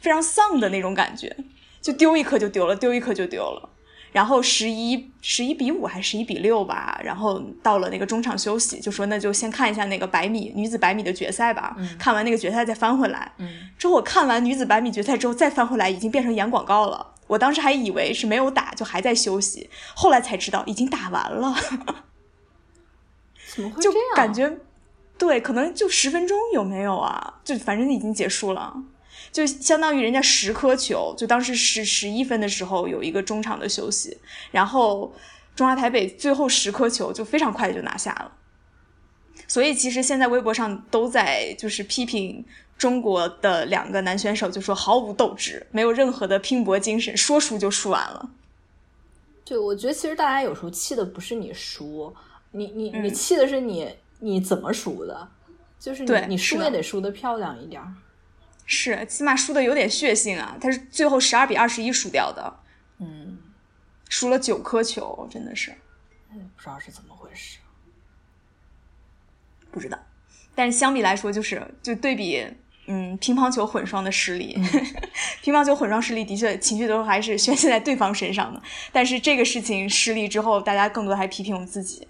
非常丧的那种感觉，就丢一颗就丢了，丢一颗就丢了。然后十一十一比五还是十一比六吧，然后到了那个中场休息，就说那就先看一下那个百米女子百米的决赛吧，看完那个决赛再翻回来。嗯，之后我看完女子百米决赛之后再翻回来，已经变成演广告了。我当时还以为是没有打，就还在休息，后来才知道已经打完了。怎么会就这样？啊感觉，对，可能就十分钟有没有啊？就反正已经结束了，就相当于人家十颗球，就当时十十一分的时候有一个中场的休息，然后中华台北最后十颗球就非常快就拿下了。所以其实现在微博上都在就是批评中国的两个男选手，就说毫无斗志，没有任何的拼搏精神，说输就输完了。对，我觉得其实大家有时候气的不是你输，你你你嗯气的是你、你怎么输的，就是你对你是输的也得输的漂亮一点儿。是，起码输的有点血性啊，他是最后十二比二十一输掉的。嗯，输了九颗球，真的是嗯不知道是怎么回事。不知道。但是相比来说，就是就对比，嗯，乒乓球混双的失利， 乒乓球混双失利的确情绪都还是宣泄在对方身上的。但是这个事情失利之后，大家更多还批评我们自己。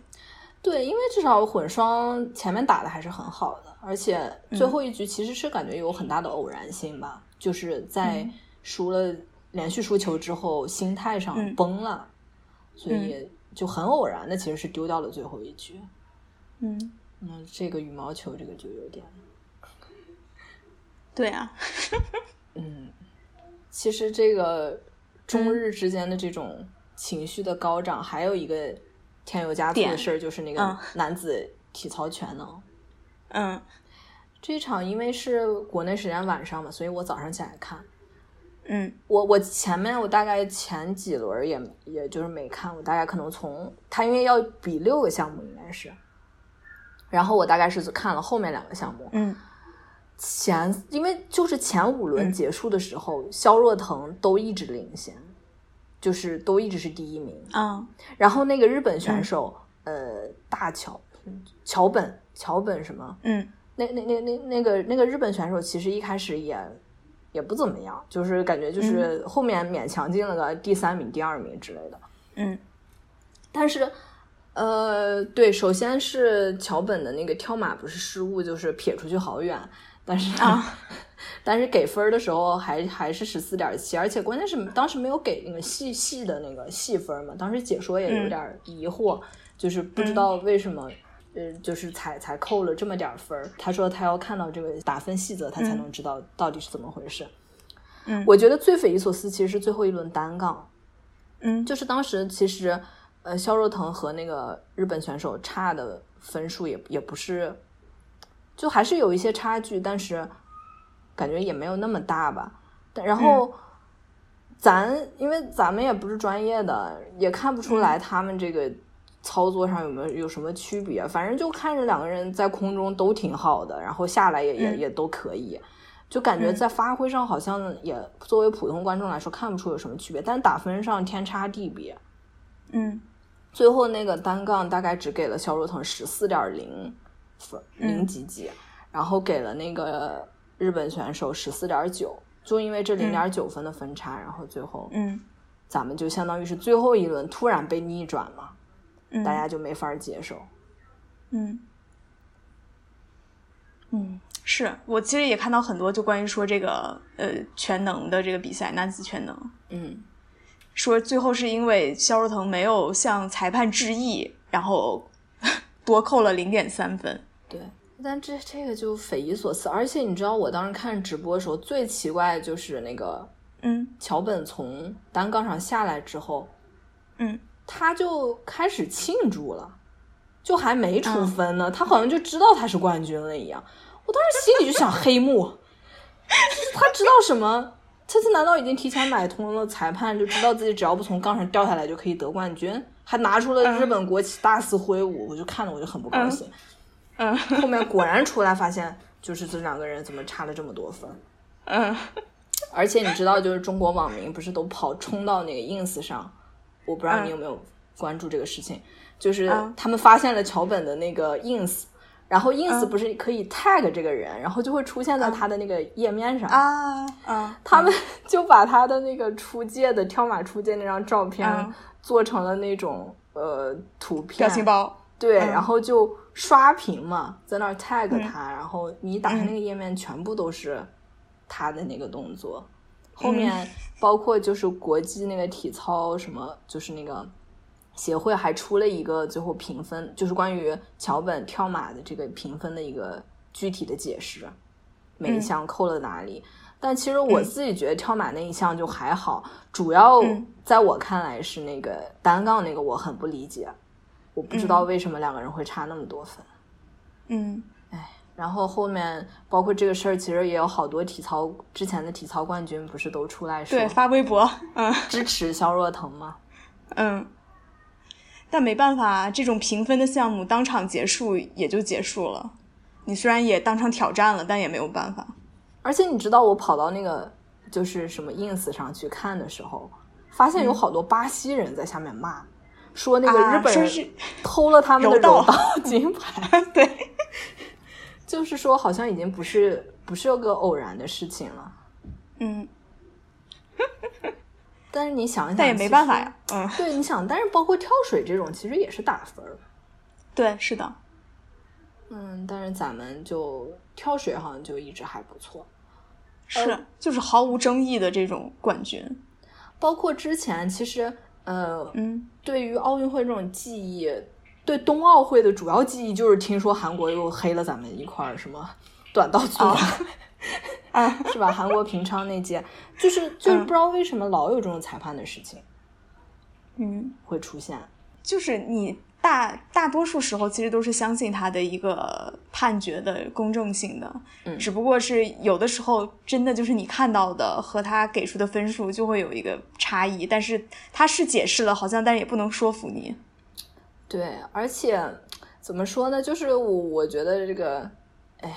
对，因为至少混双前面打的还是很好的，而且嗯最后一局其实是感觉有很大的偶然性吧，就是在嗯输了连续输球之后，心态上嗯崩了，所以就很偶然的其实是丢掉了最后一局。嗯，那这个羽毛球这个就有点，对啊，嗯，其实这个嗯中日之间的这种情绪的高涨，还有一个添油加醋的点事儿，就是那嗯个男子体操全能。嗯这一场因为是国内时间晚上嘛，所以我早上起来看。嗯我我前面我大概前几轮也也就是没看，我大概可能从他因为要比六个项目应该是，然后我大概是看了后面两个项目。嗯前因为就是前五轮结束的时候，肖若腾都一直领先，就是都一直是第一名。啊然后那个日本选手，呃，大乔桥本桥本什么，嗯那那那那那个那个日本选手其实一开始也也不怎么样，就是感觉嗯就是后面勉强进了个第三名、第二名之类的。嗯但是，呃，对，首先是桥本的那个跳马不是失误，就是撇出去好远，但是 啊，但是给分儿的时候还还是十四点七，而且关键是当时没有给那个细细的那个细分儿嘛，当时解说也有点儿疑惑，就是不知道为什么。呃，就是才才扣了这么点儿分儿，他说他要看到这个打分细则，他才能知道到底是怎么回事。嗯我觉得最匪夷所思其实是最后一轮单杠，嗯就是当时其实，呃，肖若腾和那个日本选手差的分数也也不是，就还是有一些差距，但是感觉也没有那么大吧。但然后、咱因为咱们也不是专业的，也看不出来他们这个操作上有没有有什么区别？反正就看着两个人在空中都挺好的，然后下来也、也也都可以，就感觉在发挥上好像也作为普通观众来说看不出有什么区别，但打分上天差地别。嗯最后那个单杠大概只给了肖若腾十四点零分零几几，然后给了那个日本选手十四点九，就因为这零点九分的分差，然后最后嗯咱们就相当于是最后一轮突然被逆转嘛，嗯，大家就没法接受。嗯，嗯，是我其实也看到很多，就关于说这个呃全能的这个比赛，男子全能，嗯，说最后是因为肖若腾没有向裁判致意，然后 多扣了零点三分。对。但这这个就匪夷所思，而且你知道我当时看直播的时候最奇怪的就是那个嗯桥本从单杠上下来之后，嗯他就开始庆祝了，就还没嗯出分呢，他好像就知道他是冠军了一样。我当时心里就想，黑幕，他知道什么？他这难道已经提前买通了裁判，就知道自己只要不从杠上掉下来就可以得冠军？还拿出了日本国旗大肆挥舞，我就看得我就很不高兴。嗯后面果然出来发现，就是这两个人怎么差了这么多分？嗯而且你知道，就是中国网民不是都跑冲到那个 ins 上，我不知道你有没有关注这个事情，就是嗯他们发现了桥本的那个 ins，然后嗯 ins 不是可以 tag 这个人，然后就会出现在他的那个页面上。啊啊他们就把他的那个出借的跳马出借那张照片嗯做成了那种呃图片表情包。对，嗯然后就刷屏嘛，在那儿 tag 他，然后你打开嗯那个页面，全部都是他的那个动作。后嗯面包括就是国际那个体操什么，就是那个协会还出了一个最后评分，就是关于桥本跳马的这个评分的一个具体的解释，每一嗯项扣了哪里。但其实我自己觉得跳马那一项就还好，主要嗯在我看来是那个单杠那个我很不理解，我不知道为什么两个人会差那么多分。嗯然后后面包括这个事儿，其实也有好多体操之前的体操冠军不是都出来说对， 发微博。嗯支持肖若腾吗？ 嗯。但没办法，这种评分的项目当场结束也就结束了。你虽然也当场挑战了，但也没有办法。而且你知道我跑到那个就是什么 ins 上去看的时候，发现有好多巴西人在下面骂，说那个嗯啊日本说人是偷了他们的柔道柔道金牌。 对，就是说，好像已经不是不是个偶然的事情了。嗯，但是你想一想，但也没办法呀。嗯，其实。对，你想，但是包括跳水这种，其实也是打分儿。对，是的。嗯，但是咱们就跳水好像就一直还不错，是，就是毫无争议的这种冠军。包括之前其实呃，嗯对于奥运会这种记忆，对冬奥会的主要记忆就是听说韩国又黑了咱们一块儿什么短道速滑，啊， 是吧？韩国平昌那届，就是就是不知道为什么老有这种裁判的事情嗯，会出现。就是你大大多数时候其实都是相信他的一个判决的公正性的，嗯只不过是有的时候真的就是你看到的和他给出的分数就会有一个差异，但是他是解释了，好像但是也不能说服你。对，而且怎么说呢？就是我我觉得这个，哎，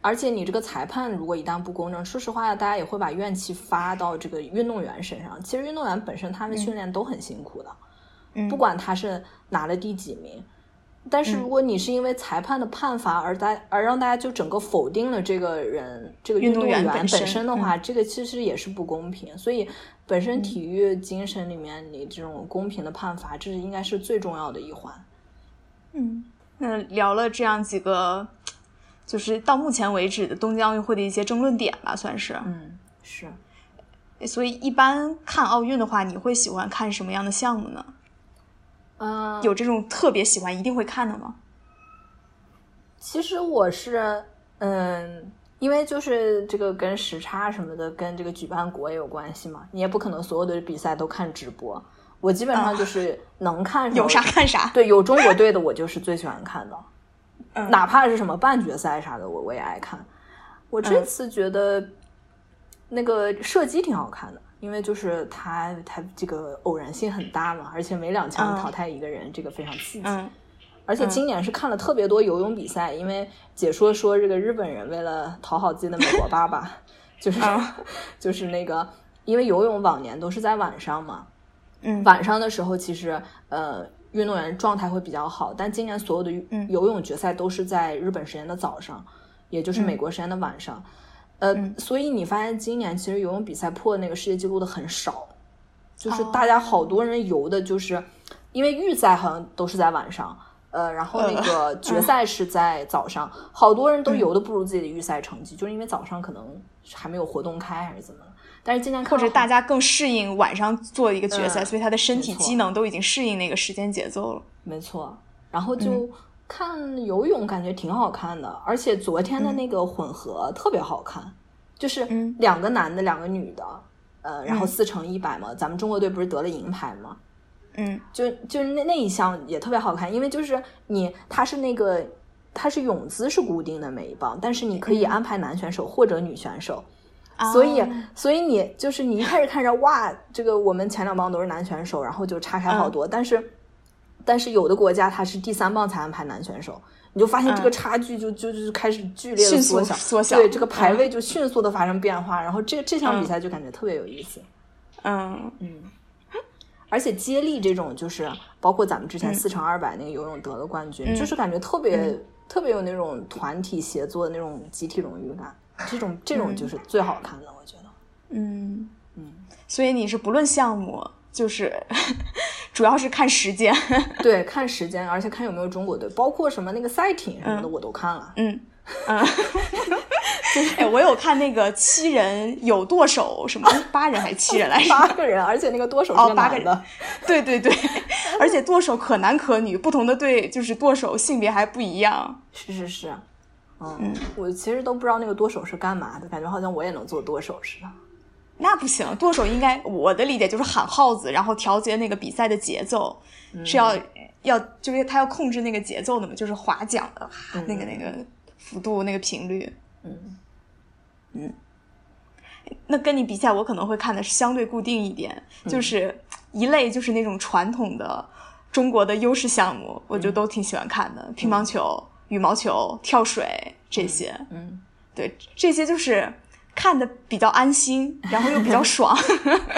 而且你这个裁判如果一旦不公正，说实话，大家也会把怨气发到这个运动员身上。其实运动员本身他们训练都很辛苦的，嗯，不管他是拿了第几名。但是如果你是因为裁判的判罚而大而让大家就整个否定了这个人这个运运动动员员本本身嗯身的话，这个其实也是不公平。所以本身体育精神里面，你这种公平的判罚，这是应该是最重要的一环。嗯，那聊了这样几个，就是到目前为止的东京奥运会的一些争论点吧，算是。嗯，是。所以一般看奥运的话，你会喜欢看什么样的项目呢？嗯，有这种特别喜欢一定会看的吗？其实我是，嗯，因为就是这个跟时差什么的，跟这个举办国也有关系嘛。你也不可能所有的比赛都看直播。我基本上就是能看什么啊有啥看 啥。对，有中国队的我就是最喜欢看的， 嗯哪怕是什么半决赛啥的，我嗯我也爱看。我这次觉得那个射击挺好看的，因为就是他他这个偶然性很大嘛，而且每两枪淘汰一个人，这个非常刺激。嗯而且今年是看了特别多游泳比赛，因为解说说这个日本人为了讨好自己的美国爸爸， 就是、就是那个，因为游泳往年都是在晚上嘛，嗯晚上的时候其实呃运动员状态会比较好，但今年所有的运嗯游泳决赛都是在日本时间的早上，也就是美国时间的晚上，呃，嗯所以你发现今年其实游泳比赛破那个世界纪录的很少，就是哦大家好多人游的就是，因为预赛好像都是在晚上。呃，然后那嗯个决赛是在早上，好多人都游的不如自己的预赛成绩，就是因为早上可能还没有活动开还是怎么的。但是今年看或者好大家更适应晚上做一个决赛，嗯所以他的身体没错机能都已经适应那个时间节奏了。没错，然后嗯就看游泳，感觉挺好看的，而且昨天的那个混合特别好看，就是嗯两个男的，两个女的，呃，然后嗯四乘一百嘛，咱们中国队不是得了银牌吗？嗯就就那那一项也特别好看，因为就是你它是那个它是泳姿是固定的每一棒，但是你嗯可以安排男选手或者女选手，啊所以，所以你就是你一开始看着哇，这个我们前两棒都是男选手，然后就差开嗯好多，但是但是有的国家它是第三棒才安排男选手，你就发现这个嗯差距就、就就开始剧烈的迅速缩小，缩小对这个排位就迅速的发生变化，然后这这项比嗯赛就感觉特别有意思，嗯嗯。而且接力这种就是包括咱们之前四乘二百那个游泳得了冠军，嗯就是感觉特别、特别有那种团体协作的那种集体荣誉感，这种这种嗯就是最好看的，我觉得。嗯，嗯，所以你是不论项目，就是 主要是看时间。 对，看时间，而且看有没有中国队，包括什么那个赛艇什么的，嗯我都看了。嗯嗯， 哎，我有看那个七人有舵手，什么八人还是七人来着？ 八个人，而且那个多手是哦个八男个的，对 对对，而且舵手可男可女，不同的队就是舵手性别还不一样。是是是。嗯，我其实都不知道那个多手是干嘛的，感觉好像我也能做多手似的。那不行，舵手应该我的理解就是喊号子，然后调节那个比赛的节奏，是要要就是他要控制那个节奏的嘛，就是划桨的、那个那个幅度、那个频率。嗯嗯那跟你比起来，我可能会看的是相对固定一点，就是一类就是那种传统的中国的优势项目，我就都挺喜欢看的，乒乓球、羽毛球、跳水这些，嗯，对，这些就是看的比较安心，然后又比较爽，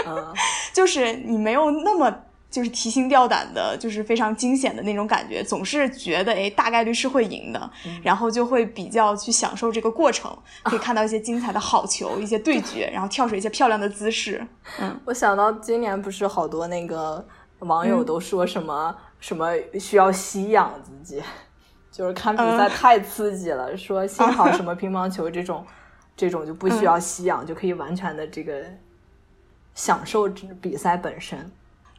嗯， 就是你没有那么。就是提心吊胆的，就是非常惊险的那种感觉，总是觉得哎，大概率是会赢的，嗯然后就会比较去享受这个过程，可以看到一些精彩的好球、一些对决，然后跳水一些漂亮的姿势。嗯我想到今年不是好多那个网嗯友都说什么、什么需要吸氧自己， 就是看比嗯赛太刺激 了，说幸好什么乒乓球这种、这种就不嗯需要吸氧，就可以完全的这个享受这比赛本身。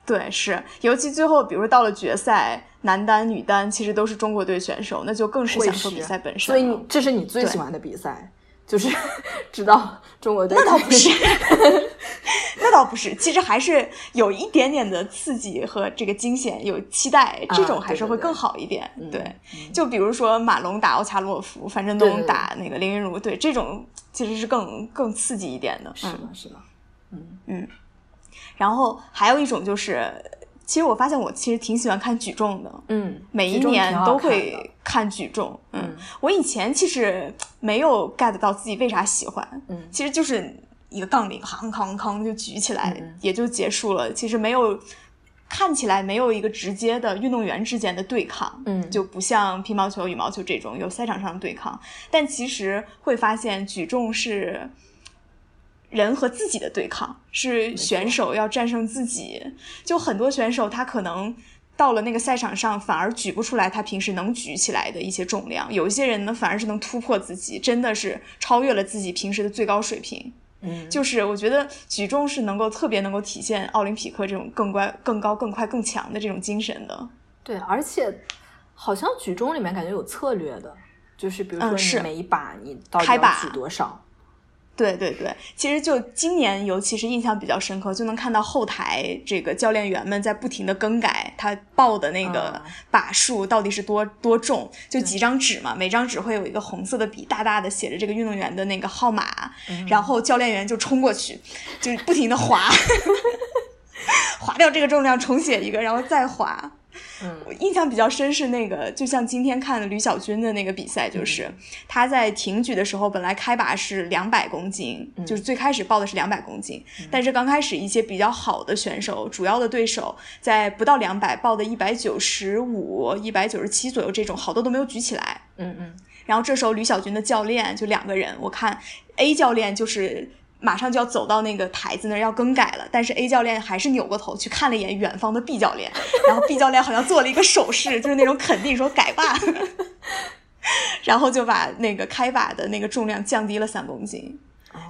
对，是，尤其最后，比如说到了决赛，男单、女单其实都是中国队选手，那就更是会享受是比赛本身啊所了。以你这是你最喜欢的比赛，就是 直到中国队那倒不是， 那倒不是，其实还是有一点点的刺激和这个惊险，有期待，这种还是会更好一点。啊对对对对就比如说马龙打奥恰洛夫，樊振对对东对打那个林昀儒，对这种其实是更更刺激一点的。 是嗯，吗？是吗？然后还有一种就是，其实我发现我其实挺喜欢看举重的，嗯，每一其中挺年好都看的会看举重。嗯嗯，我以前其实没有 get 到自己为啥喜欢，嗯其实就是一个杠铃，哐哐哐就举起来，嗯也就结束了。其实没有看起来没有一个直接的运动员之间的对抗，嗯就不像乒乓球、羽毛球这种有赛场上的对抗，但其实会发现举重是。人和自己的对抗是选手要战胜自己，就很多选手他可能到了那个赛场上，反而举不出来他平时能举起来的一些重量。有一些人呢，反而是能突破自己，真的是超越了自己平时的最高水平。嗯就是我觉得举重是能够特别能够体现奥林匹克这种更快、更高、更快、更强的这种精神的。对，而且好像举重里面感觉有策略的，就是比如嗯说你是每一把你到底开要把举多少，对对对，其实就今年，尤其是印象比较深刻，就能看到后台这个教练员们在不停的更改他报的那个把数到底是多、多重，就几张纸嘛，每张纸会有一个红色的笔，大大的写着这个运动员的那个号码，然后教练员就冲过去，就是不停的划， 划掉这个重量，重写一个，然后再划。我印象比较深是那个，就像今天看的吕小军的那个比赛，就是他在挺举的时候，本来开靶是两百公斤，就是最开始报的是两百公斤，但是刚开始一些比较好的选手，主要的对手在不到两百报的一百九十五、一百九十七左右这种，好多都没有举起来。嗯嗯，然后这时候吕小军的教练就两个人，我看 A 教练就是。马上就要走到那个台子那儿要更改了，但是 A 教练还是扭过头去看了一眼远方的 B 教练，然后 B 教练好像做了一个手势，就是那种肯定说改吧， 然后就把那个开靶的那个重量降低了三公斤，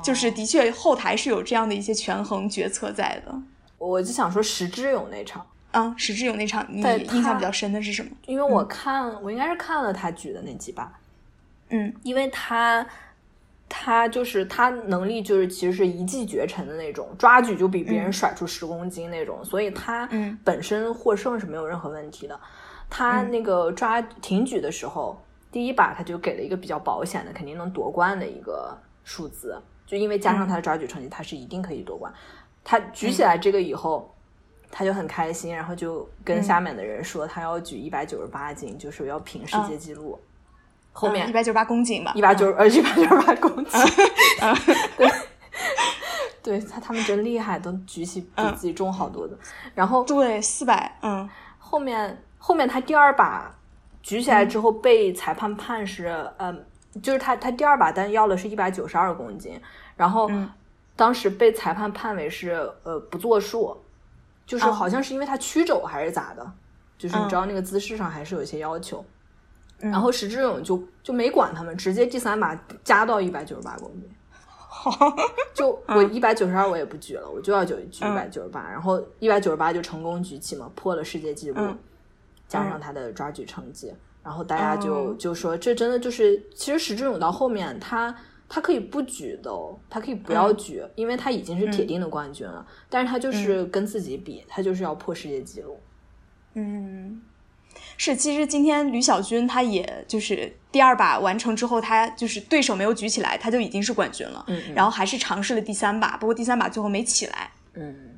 就是的确后台是有这样的一些权衡决策在的。我就想说石之勇那场。啊，石之勇那场你印象比较深的是什么？因为我看、嗯、我应该是看了他举的那几把，嗯，因为他。他就是他能力就是其实是一骑绝尘的那种，抓举就比别人甩出十公斤那种，嗯、嗯所以他本身获胜是没有任何问题的。他那个抓挺举的时候，第一把他就给了一个比较保险的，肯定能夺冠的一个数字，就因为加嗯上他的抓举成绩，他是一定可以夺冠。他举起来这个以后。他就很开心，然后就跟下面的人说，他要举一百九十八斤，就是要平世界纪录。嗯后面一百九十八公斤吧，一百九呃一百九十八公斤，嗯对， 对他他们真厉害，都举起比自己重好多的。然后对四百，嗯，后面后面他第二把举起来之后被裁判判是，嗯，就是他他第二把单要的是一百九十二公斤，然后当时被裁判判为是呃不作数，就是好像是因为他屈肘还是咋的，就是你知道那个姿势上还是有一些要求。然后石之勇就就没管他们，直接第三把加到一百九十八公斤，就嗯我一百九十二我也不举了，我就要举举一百九十八，然后一百九十八就成功举起嘛，破了世界纪录，嗯、哦加上他的抓举成绩，然后大家就、嗯、就说这真的就是，其实石之勇到后面他他可以不举的、哦，他可以不要举，嗯、因为他已经是铁定的冠军了，但是他就是跟自己比，他就是要破世界纪录，嗯。是，其实今天吕小军他也就是第二把完成之后，他就是对手没有举起来，他就已经是冠军了。嗯,嗯，然后还是尝试了第三把，不过第三把最后没起来。嗯，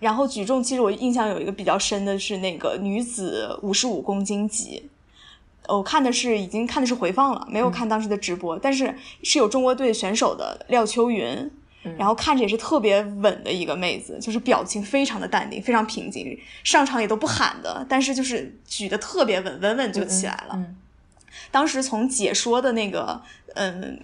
然后举重，其实我印象有一个比较深的是那个女子五十五公斤级，我看的是已经看的是回放了，没有看当时的直播，嗯、但是是有中国队选手的廖秋云。嗯然后看着也是特别稳的一个妹子，就是表情非常的淡定，非常平静，上场也都不喊的，但是就是举得特别稳，稳稳就起来了。嗯嗯嗯、当时从解说的那个，嗯，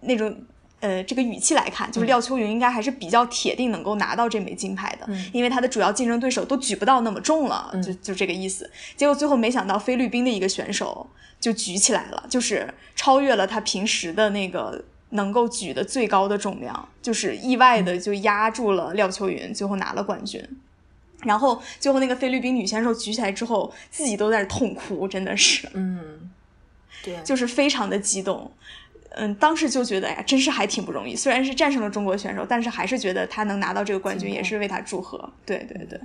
那种。呃，这个语气来看，嗯就是廖秋云应该还是比较铁定能够拿到这枚金牌的，嗯、因为他的主要竞争对手都举不到那么重了，嗯、就就这个意思。结果最后没想到菲律宾的一个选手就举起来了，就是超越了他平时的那个。能够举的最高的重量，就是意外嗯的就压住了廖秋云，最后拿了冠军。然后最后那个菲律宾女选手举起来之后，自己都在痛哭，真的是，嗯，对，就是非常的激动。嗯，当时就觉得，哎呀，真是还挺不容易。虽然是战胜了中国选手，但是还是觉得她能拿到这个冠军，也是为她祝贺。对对对，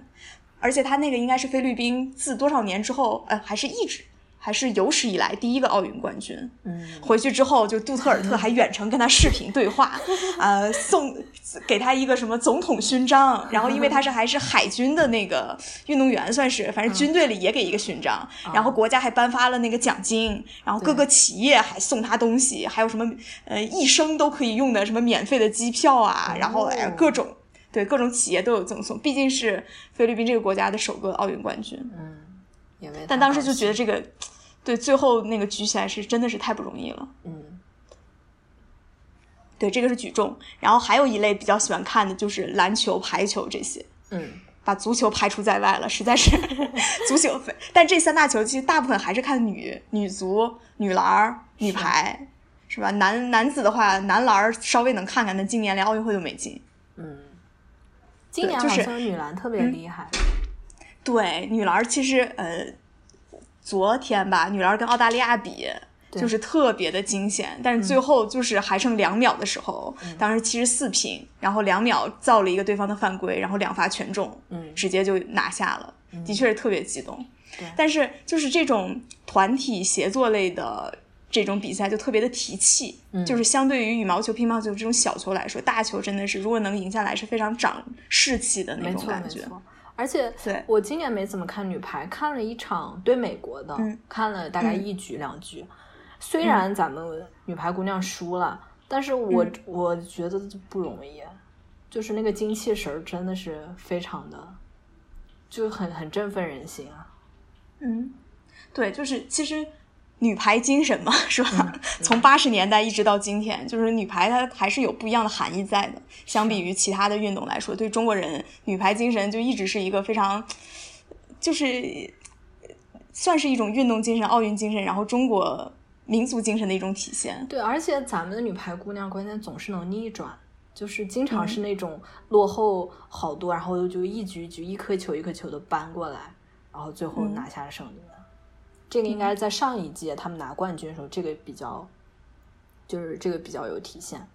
而且她那个应该是菲律宾自多少年之后，呃，还是一直。还是有史以来第一个奥运冠军。嗯，回去之后，就杜特尔特还远程跟他视频对话，呃，送给他一个什么总统勋章，然后因为他是还是海军的那个运动员，算是反正军队里也给一个勋章，嗯、然后国家还颁发了那个奖金，然后各个企业还送他东西，还有什么呃一生都可以用的什么免费的机票啊，然后哎各种对各种企业都有赠送，毕竟是菲律宾这个国家的首个奥运冠军。嗯，也没但当时就觉得这个。对，最后那个举起来是真的是太不容易了。嗯，对，这个是举重，然后还有一类比较喜欢看的就是篮球、排球这些。嗯，把足球排除在外了，实在是 足球。但这三大球其实大部分还是看女女足、女篮、女排，是,是吧？男男子的话，男篮稍微能看看，但今年连奥运会都没进。嗯，今年好像女篮特别厉害。对,就是嗯、对，女篮其实呃。昨天吧，女篮跟澳大利亚比，就是特别的惊险。但是嗯最后就是还剩两秒的时候，当时七十四平，然后两秒造了一个对方的犯规，然后两罚全中，嗯直接就拿下了，的确是特别激动对。但是就是这种团体协作类的这种比赛就特别的提气，嗯就是相对于羽毛球、乒乓球这种小球来说，大球真的是如果能赢下来是非常长士气的那没种错感没觉。错。而且对我今年没怎么看女排，看了一场对美国的，嗯看了大概一局两局。虽然咱们女排姑娘输了，但是我、嗯我觉得就不容易，就是那个精气神儿真的是非常的，就很很振奋人心啊。嗯，对，就是其实女排精神嘛，是吧？从八十年代一直到今天，就是女排它还是有不一样的含义在的。相比于其他的运动来说，对中国人，女排精神就一直是一个非常，就是算是一种运动精神、奥运精神，然后中国民族精神的一种体现。对，而且咱们的女排姑娘关键总是能逆转，就是经常嗯是那种落后好多，然后就一局一局、一颗球一颗球的扳过来，然后最后嗯拿下了胜利的。这个应该在上一届他们拿冠军的时候，这个比较，就是这个比较有体现。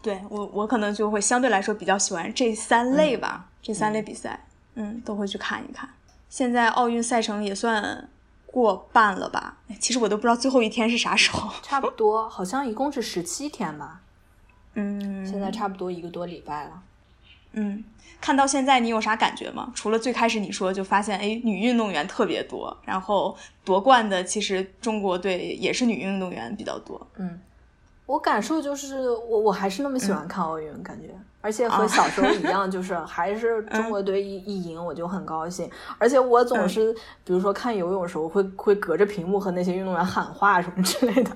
对我，我可能就会相对来说比较喜欢这三嗯类吧，这三类比赛，嗯，都会去看一看。现在奥运赛程也算过半了吧？哎其实我都不知道最后一天是啥时候。 差不多，好像一共是十七天吧，嗯，现在差不多一个多礼拜了。嗯，看到现在你有啥感觉吗？除了最开始你说就发现，哎，女运动员特别多，然后夺冠的其实中国队也是女运动员比较多。嗯，我感受就是我我还是那么喜欢看奥运，感觉，而且和啊小时候一样，就是还是中国队一、一赢我就很高兴，而且我总是、比如说看游泳的时候会会隔着屏幕和那些运动员喊话什么之类的，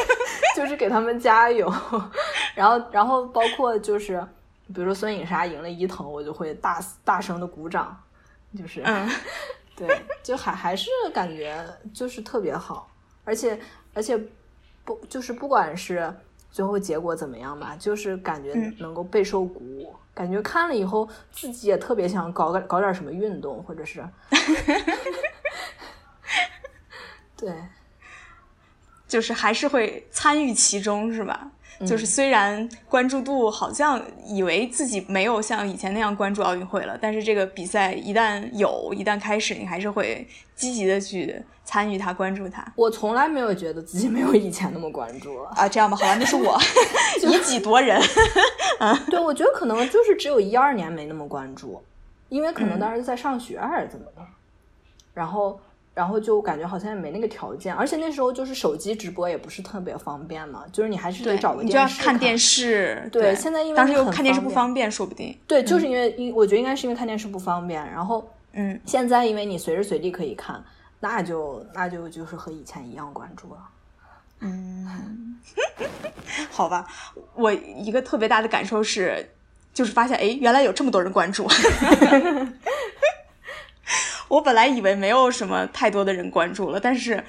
就是给他们加油， 然后然后包括就是比如说孙颖莎赢了伊藤，我就会大大声的鼓掌，就是。嗯，对，就还还是感觉就是特别好，而且而且不就是不管是最后结果怎么样吧，就是感觉嗯能够备受鼓舞，感觉看了以后自己也特别想搞个搞点什么运动，或者是，对，就是还是会参与其中，是吧？嗯就是虽然关注度好像以为自己没有像以前那样关注奥运会了，但是这个比赛一旦有，一旦开始，你还是会积极的去参与它、关注它。我从来没有觉得自己没有以前那么关注了。啊，这样吧，好吧，那是 我以己夺人。对，我觉得可能就是只有一二年没那么关注，因为可嗯能当时在上学还是怎么的，然后然后就感觉好像也没那个条件，而且那时候就是手机直播也不是特别方便嘛，就是你还是得找个你就要电视看电视。对现在因为当时又很看电视不方方便，便说不定。对，就是因为因我觉得应该是因为看电视不方便，然后嗯，现在因为你随时随地可以看，那就那就就是和以前一样关注了。嗯，好吧，我一个特别大的感受是，就是发现哎，诶原来有这么多人关注。我本来以为没有什么太多的人关注了，但是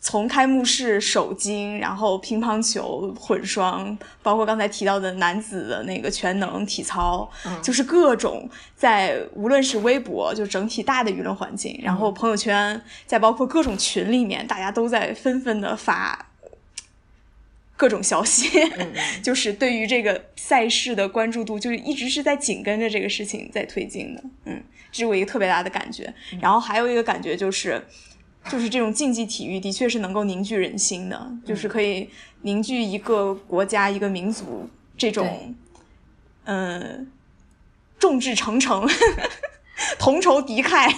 从开幕式、首金，然后乒乓球混双，包括刚才提到的男子的那个全能体操，就是各种在无论是微博，就整体大的舆论环境，然后朋友圈，再包括各种群里面，大家都在纷纷的发各种消息， 就是对于这个赛事的关注度，就是一直是在紧跟着这个事情在推进的。嗯，这是我一个特别大的感觉。嗯然后还有一个感觉就是，就是这种竞技体育的确是能够凝聚人心的，嗯就是可以凝聚一个国家、一个民族这种，嗯，众志成城。 同仇敌忾，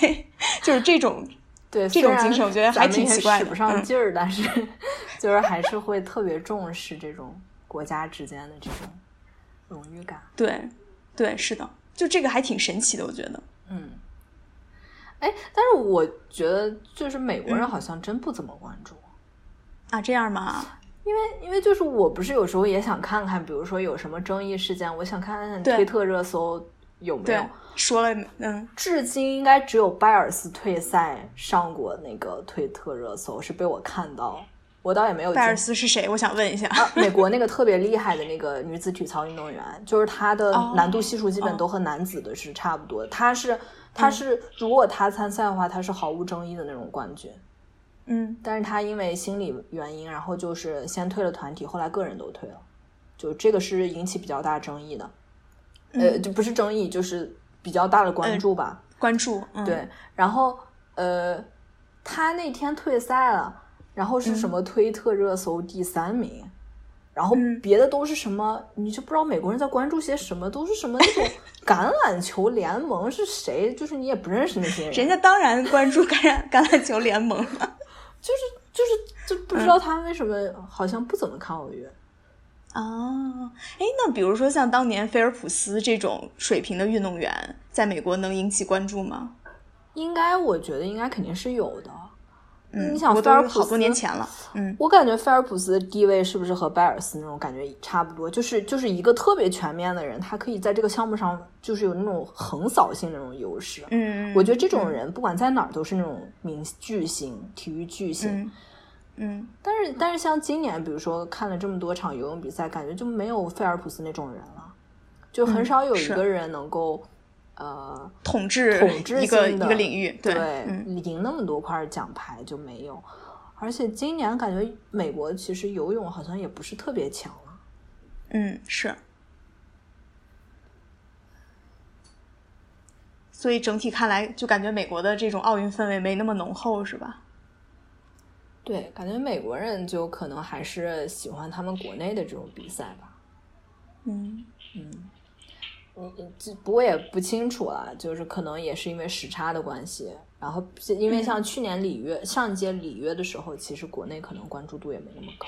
就是这种对，这虽种然精神我觉得咱还们挺也奇怪使的不上嗯劲儿，但是就是还是会特别重视这种国家之间的这种荣誉感。对，对，是的，就这个还挺神奇的，我觉得。嗯，哎，但是我觉得就是美嗯国人好像真不怎么关注，啊，这样吗？因为因为就是我不是有时候也想看看，比如说有什么争议事件，我想看看对推特热搜有没对有。，说了，嗯，至今应该只有拜尔斯退赛上过那个推特热搜，是被我看到，我倒也没有拜尔进斯是谁？我想问一下。啊，美国那个特别厉害的那个女子体操运动员，就是她的哦嗯难度系数基本都和男子的是差不多。她是她是如果她参赛的话，她是毫无争议的那种冠军。嗯，但是他因为心理原因，然后就是先退了团体，后来个人都退了，就这个是引起比较大争议的，呃，嗯就不是争议，就是比较大的呃关注吧，关注，嗯、对，然后呃，他那天退赛了，然后是什嗯么推特热搜第三名。然后嗯别的都是什么，你就不知道美国人在关注些什么，都是什么那 种橄榄球联盟是谁，就是你也不认识那些人。人家当然关注橄 榄橄榄球联盟了，就是就是就不知道嗯他们为什么好像不怎么看奥运。哦，哎，那比如说像当年菲尔普斯这种水平的运动员，在美国能引起关注吗？应该，我觉得应该肯定是有的。嗯，你想我菲尔普斯好多年前了，嗯，我感觉菲尔普斯的地位是不是和拜尔斯那种感觉差不多？就是就是一个特别全面的人，他可以在这个项目上就是有那种横扫性那种优势。嗯，我觉得这种人不管在哪儿都是那种明巨星，体育巨星。嗯，嗯但是但是像今年，比如说看了这么多场游泳比赛，感觉就没有菲尔普斯那种人了，就很少有一嗯是个人能够、呃统 治统治一个性一的个领域，对，嗯赢那么多块奖牌就没有。而且今年感觉美国其实游泳好像也不是特别强了。嗯是。所以整体看来，就感觉美国的这种奥运氛围没那么浓厚，是吧？对，感觉美国人就可能还是喜欢他们国内的这种比赛吧。嗯嗯，嗯这不过也不清楚了，就是可能也是因为时差的关系。然后因为像去年里约、上一届里约的时候，其实国内可能关注度也没那么高。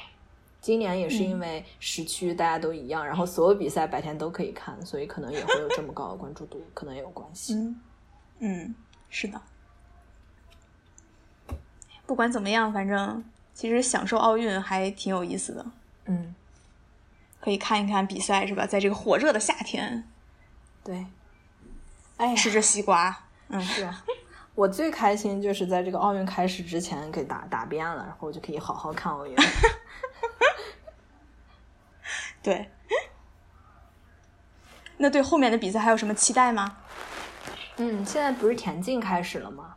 今年也是因为时区大家都一样，然后所有比赛白天都可以看，所以可能也会有这么高的关注度，可能也有关系。嗯嗯，是的。不管怎么样，反正其实享受奥运还挺有意思的，嗯，可以看一看比赛，是吧？在这个火热的夏天，对。哎 呀，吃着西瓜，嗯，是啊，我最开心就是在这个奥运开始之前给打打遍了，然后我就可以好好看奥运。对。那对后面的比赛还有什么期待吗？ 嗯，现在不是田径开始了吗？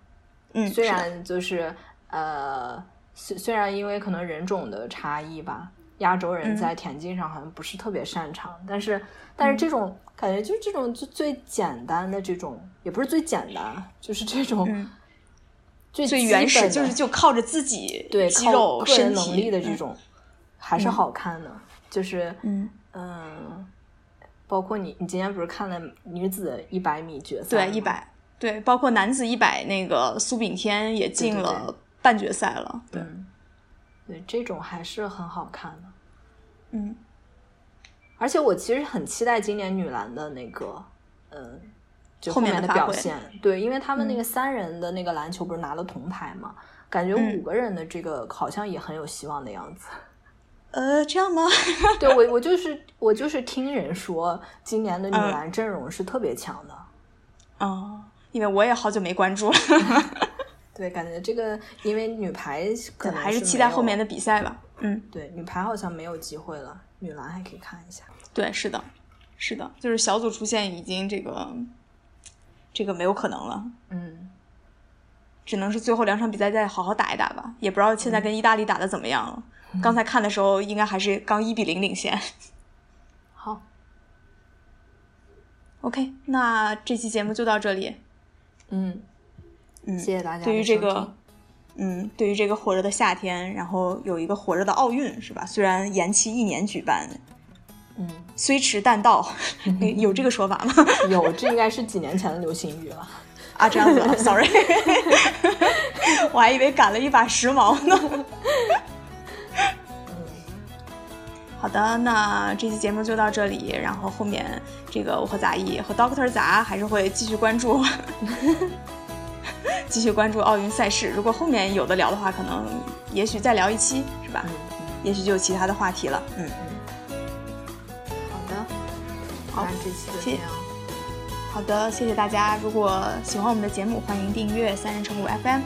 嗯，虽是的然就是呃，虽虽然因为可能人种的差异吧，亚洲人嗯在田径上好像不是特别擅长，但是但是这种感觉就是这种就最简单的这种，也不是最简单，就是这种嗯最最基原始本就的是就靠着自己对肌靠肉个人身能体力的这嗯种，还是好看的。就是嗯，嗯，包括你，你今天不是看了女子一百米决赛对吗一，百对，包括男子一百那个苏炳添也进对对了半决赛了，对嗯，对，这种还是很好看的。嗯而且我其实很期待今年女篮的那个，嗯，就后面面的的发表挥现。对，因为他们那个三人的那个篮球不是拿了铜牌嘛，感觉嗯五个人的这个好像也很有希望的样子。 呃，这样吗？对我，我就是我就是听人说，今年的女嗯篮阵容是特别强的。哦，因为我也好久没关注了，对，感觉这个因为女排可能还是是期待没有后面的比赛吧。嗯，对，女排好像没有机会了，女篮还可以看一下。对，是的，是的，就是小组出线已经这个这个没有可能了，嗯，只能是最后两场比赛再好好打一打吧。也不知道现在跟意大利打的怎么样了。嗯刚才看的时候，应该还是刚一比零领先。好， OK，那这期节目就到这里。嗯，嗯，谢谢大家的对于这收个听，嗯，对于这个火热的夏天，然后有一个火热的奥运，是吧？虽然延期一年举办，嗯，虽迟但 到，有这个说法吗？有，这应该是几年前的流行 语了。啊，这样子啊，sorry，我还以为赶了一把时髦呢。好的，那这期节目就到这里，然后后面这个我和杂艺和 Doctor 杂还是会继续关注， 继续关注奥运赛事。如果后面有的聊的话，可能也许再聊一期，是吧？嗯，也许就有其他的话题了。嗯，好的，好那这期就谢这样，好的，谢谢大家。如果喜欢我们的节目，欢迎订阅三人成虎 FM，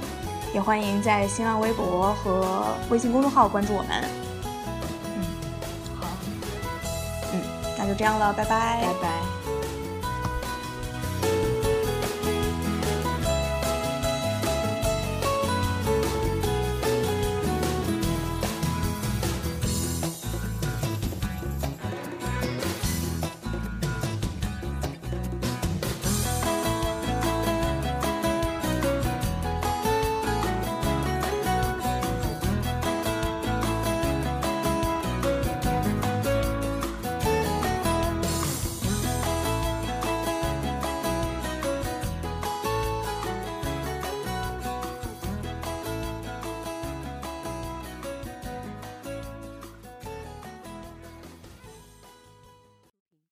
也欢迎在新浪微博和微信公众号关注我们。好，嗯，那就这样了，拜拜拜拜。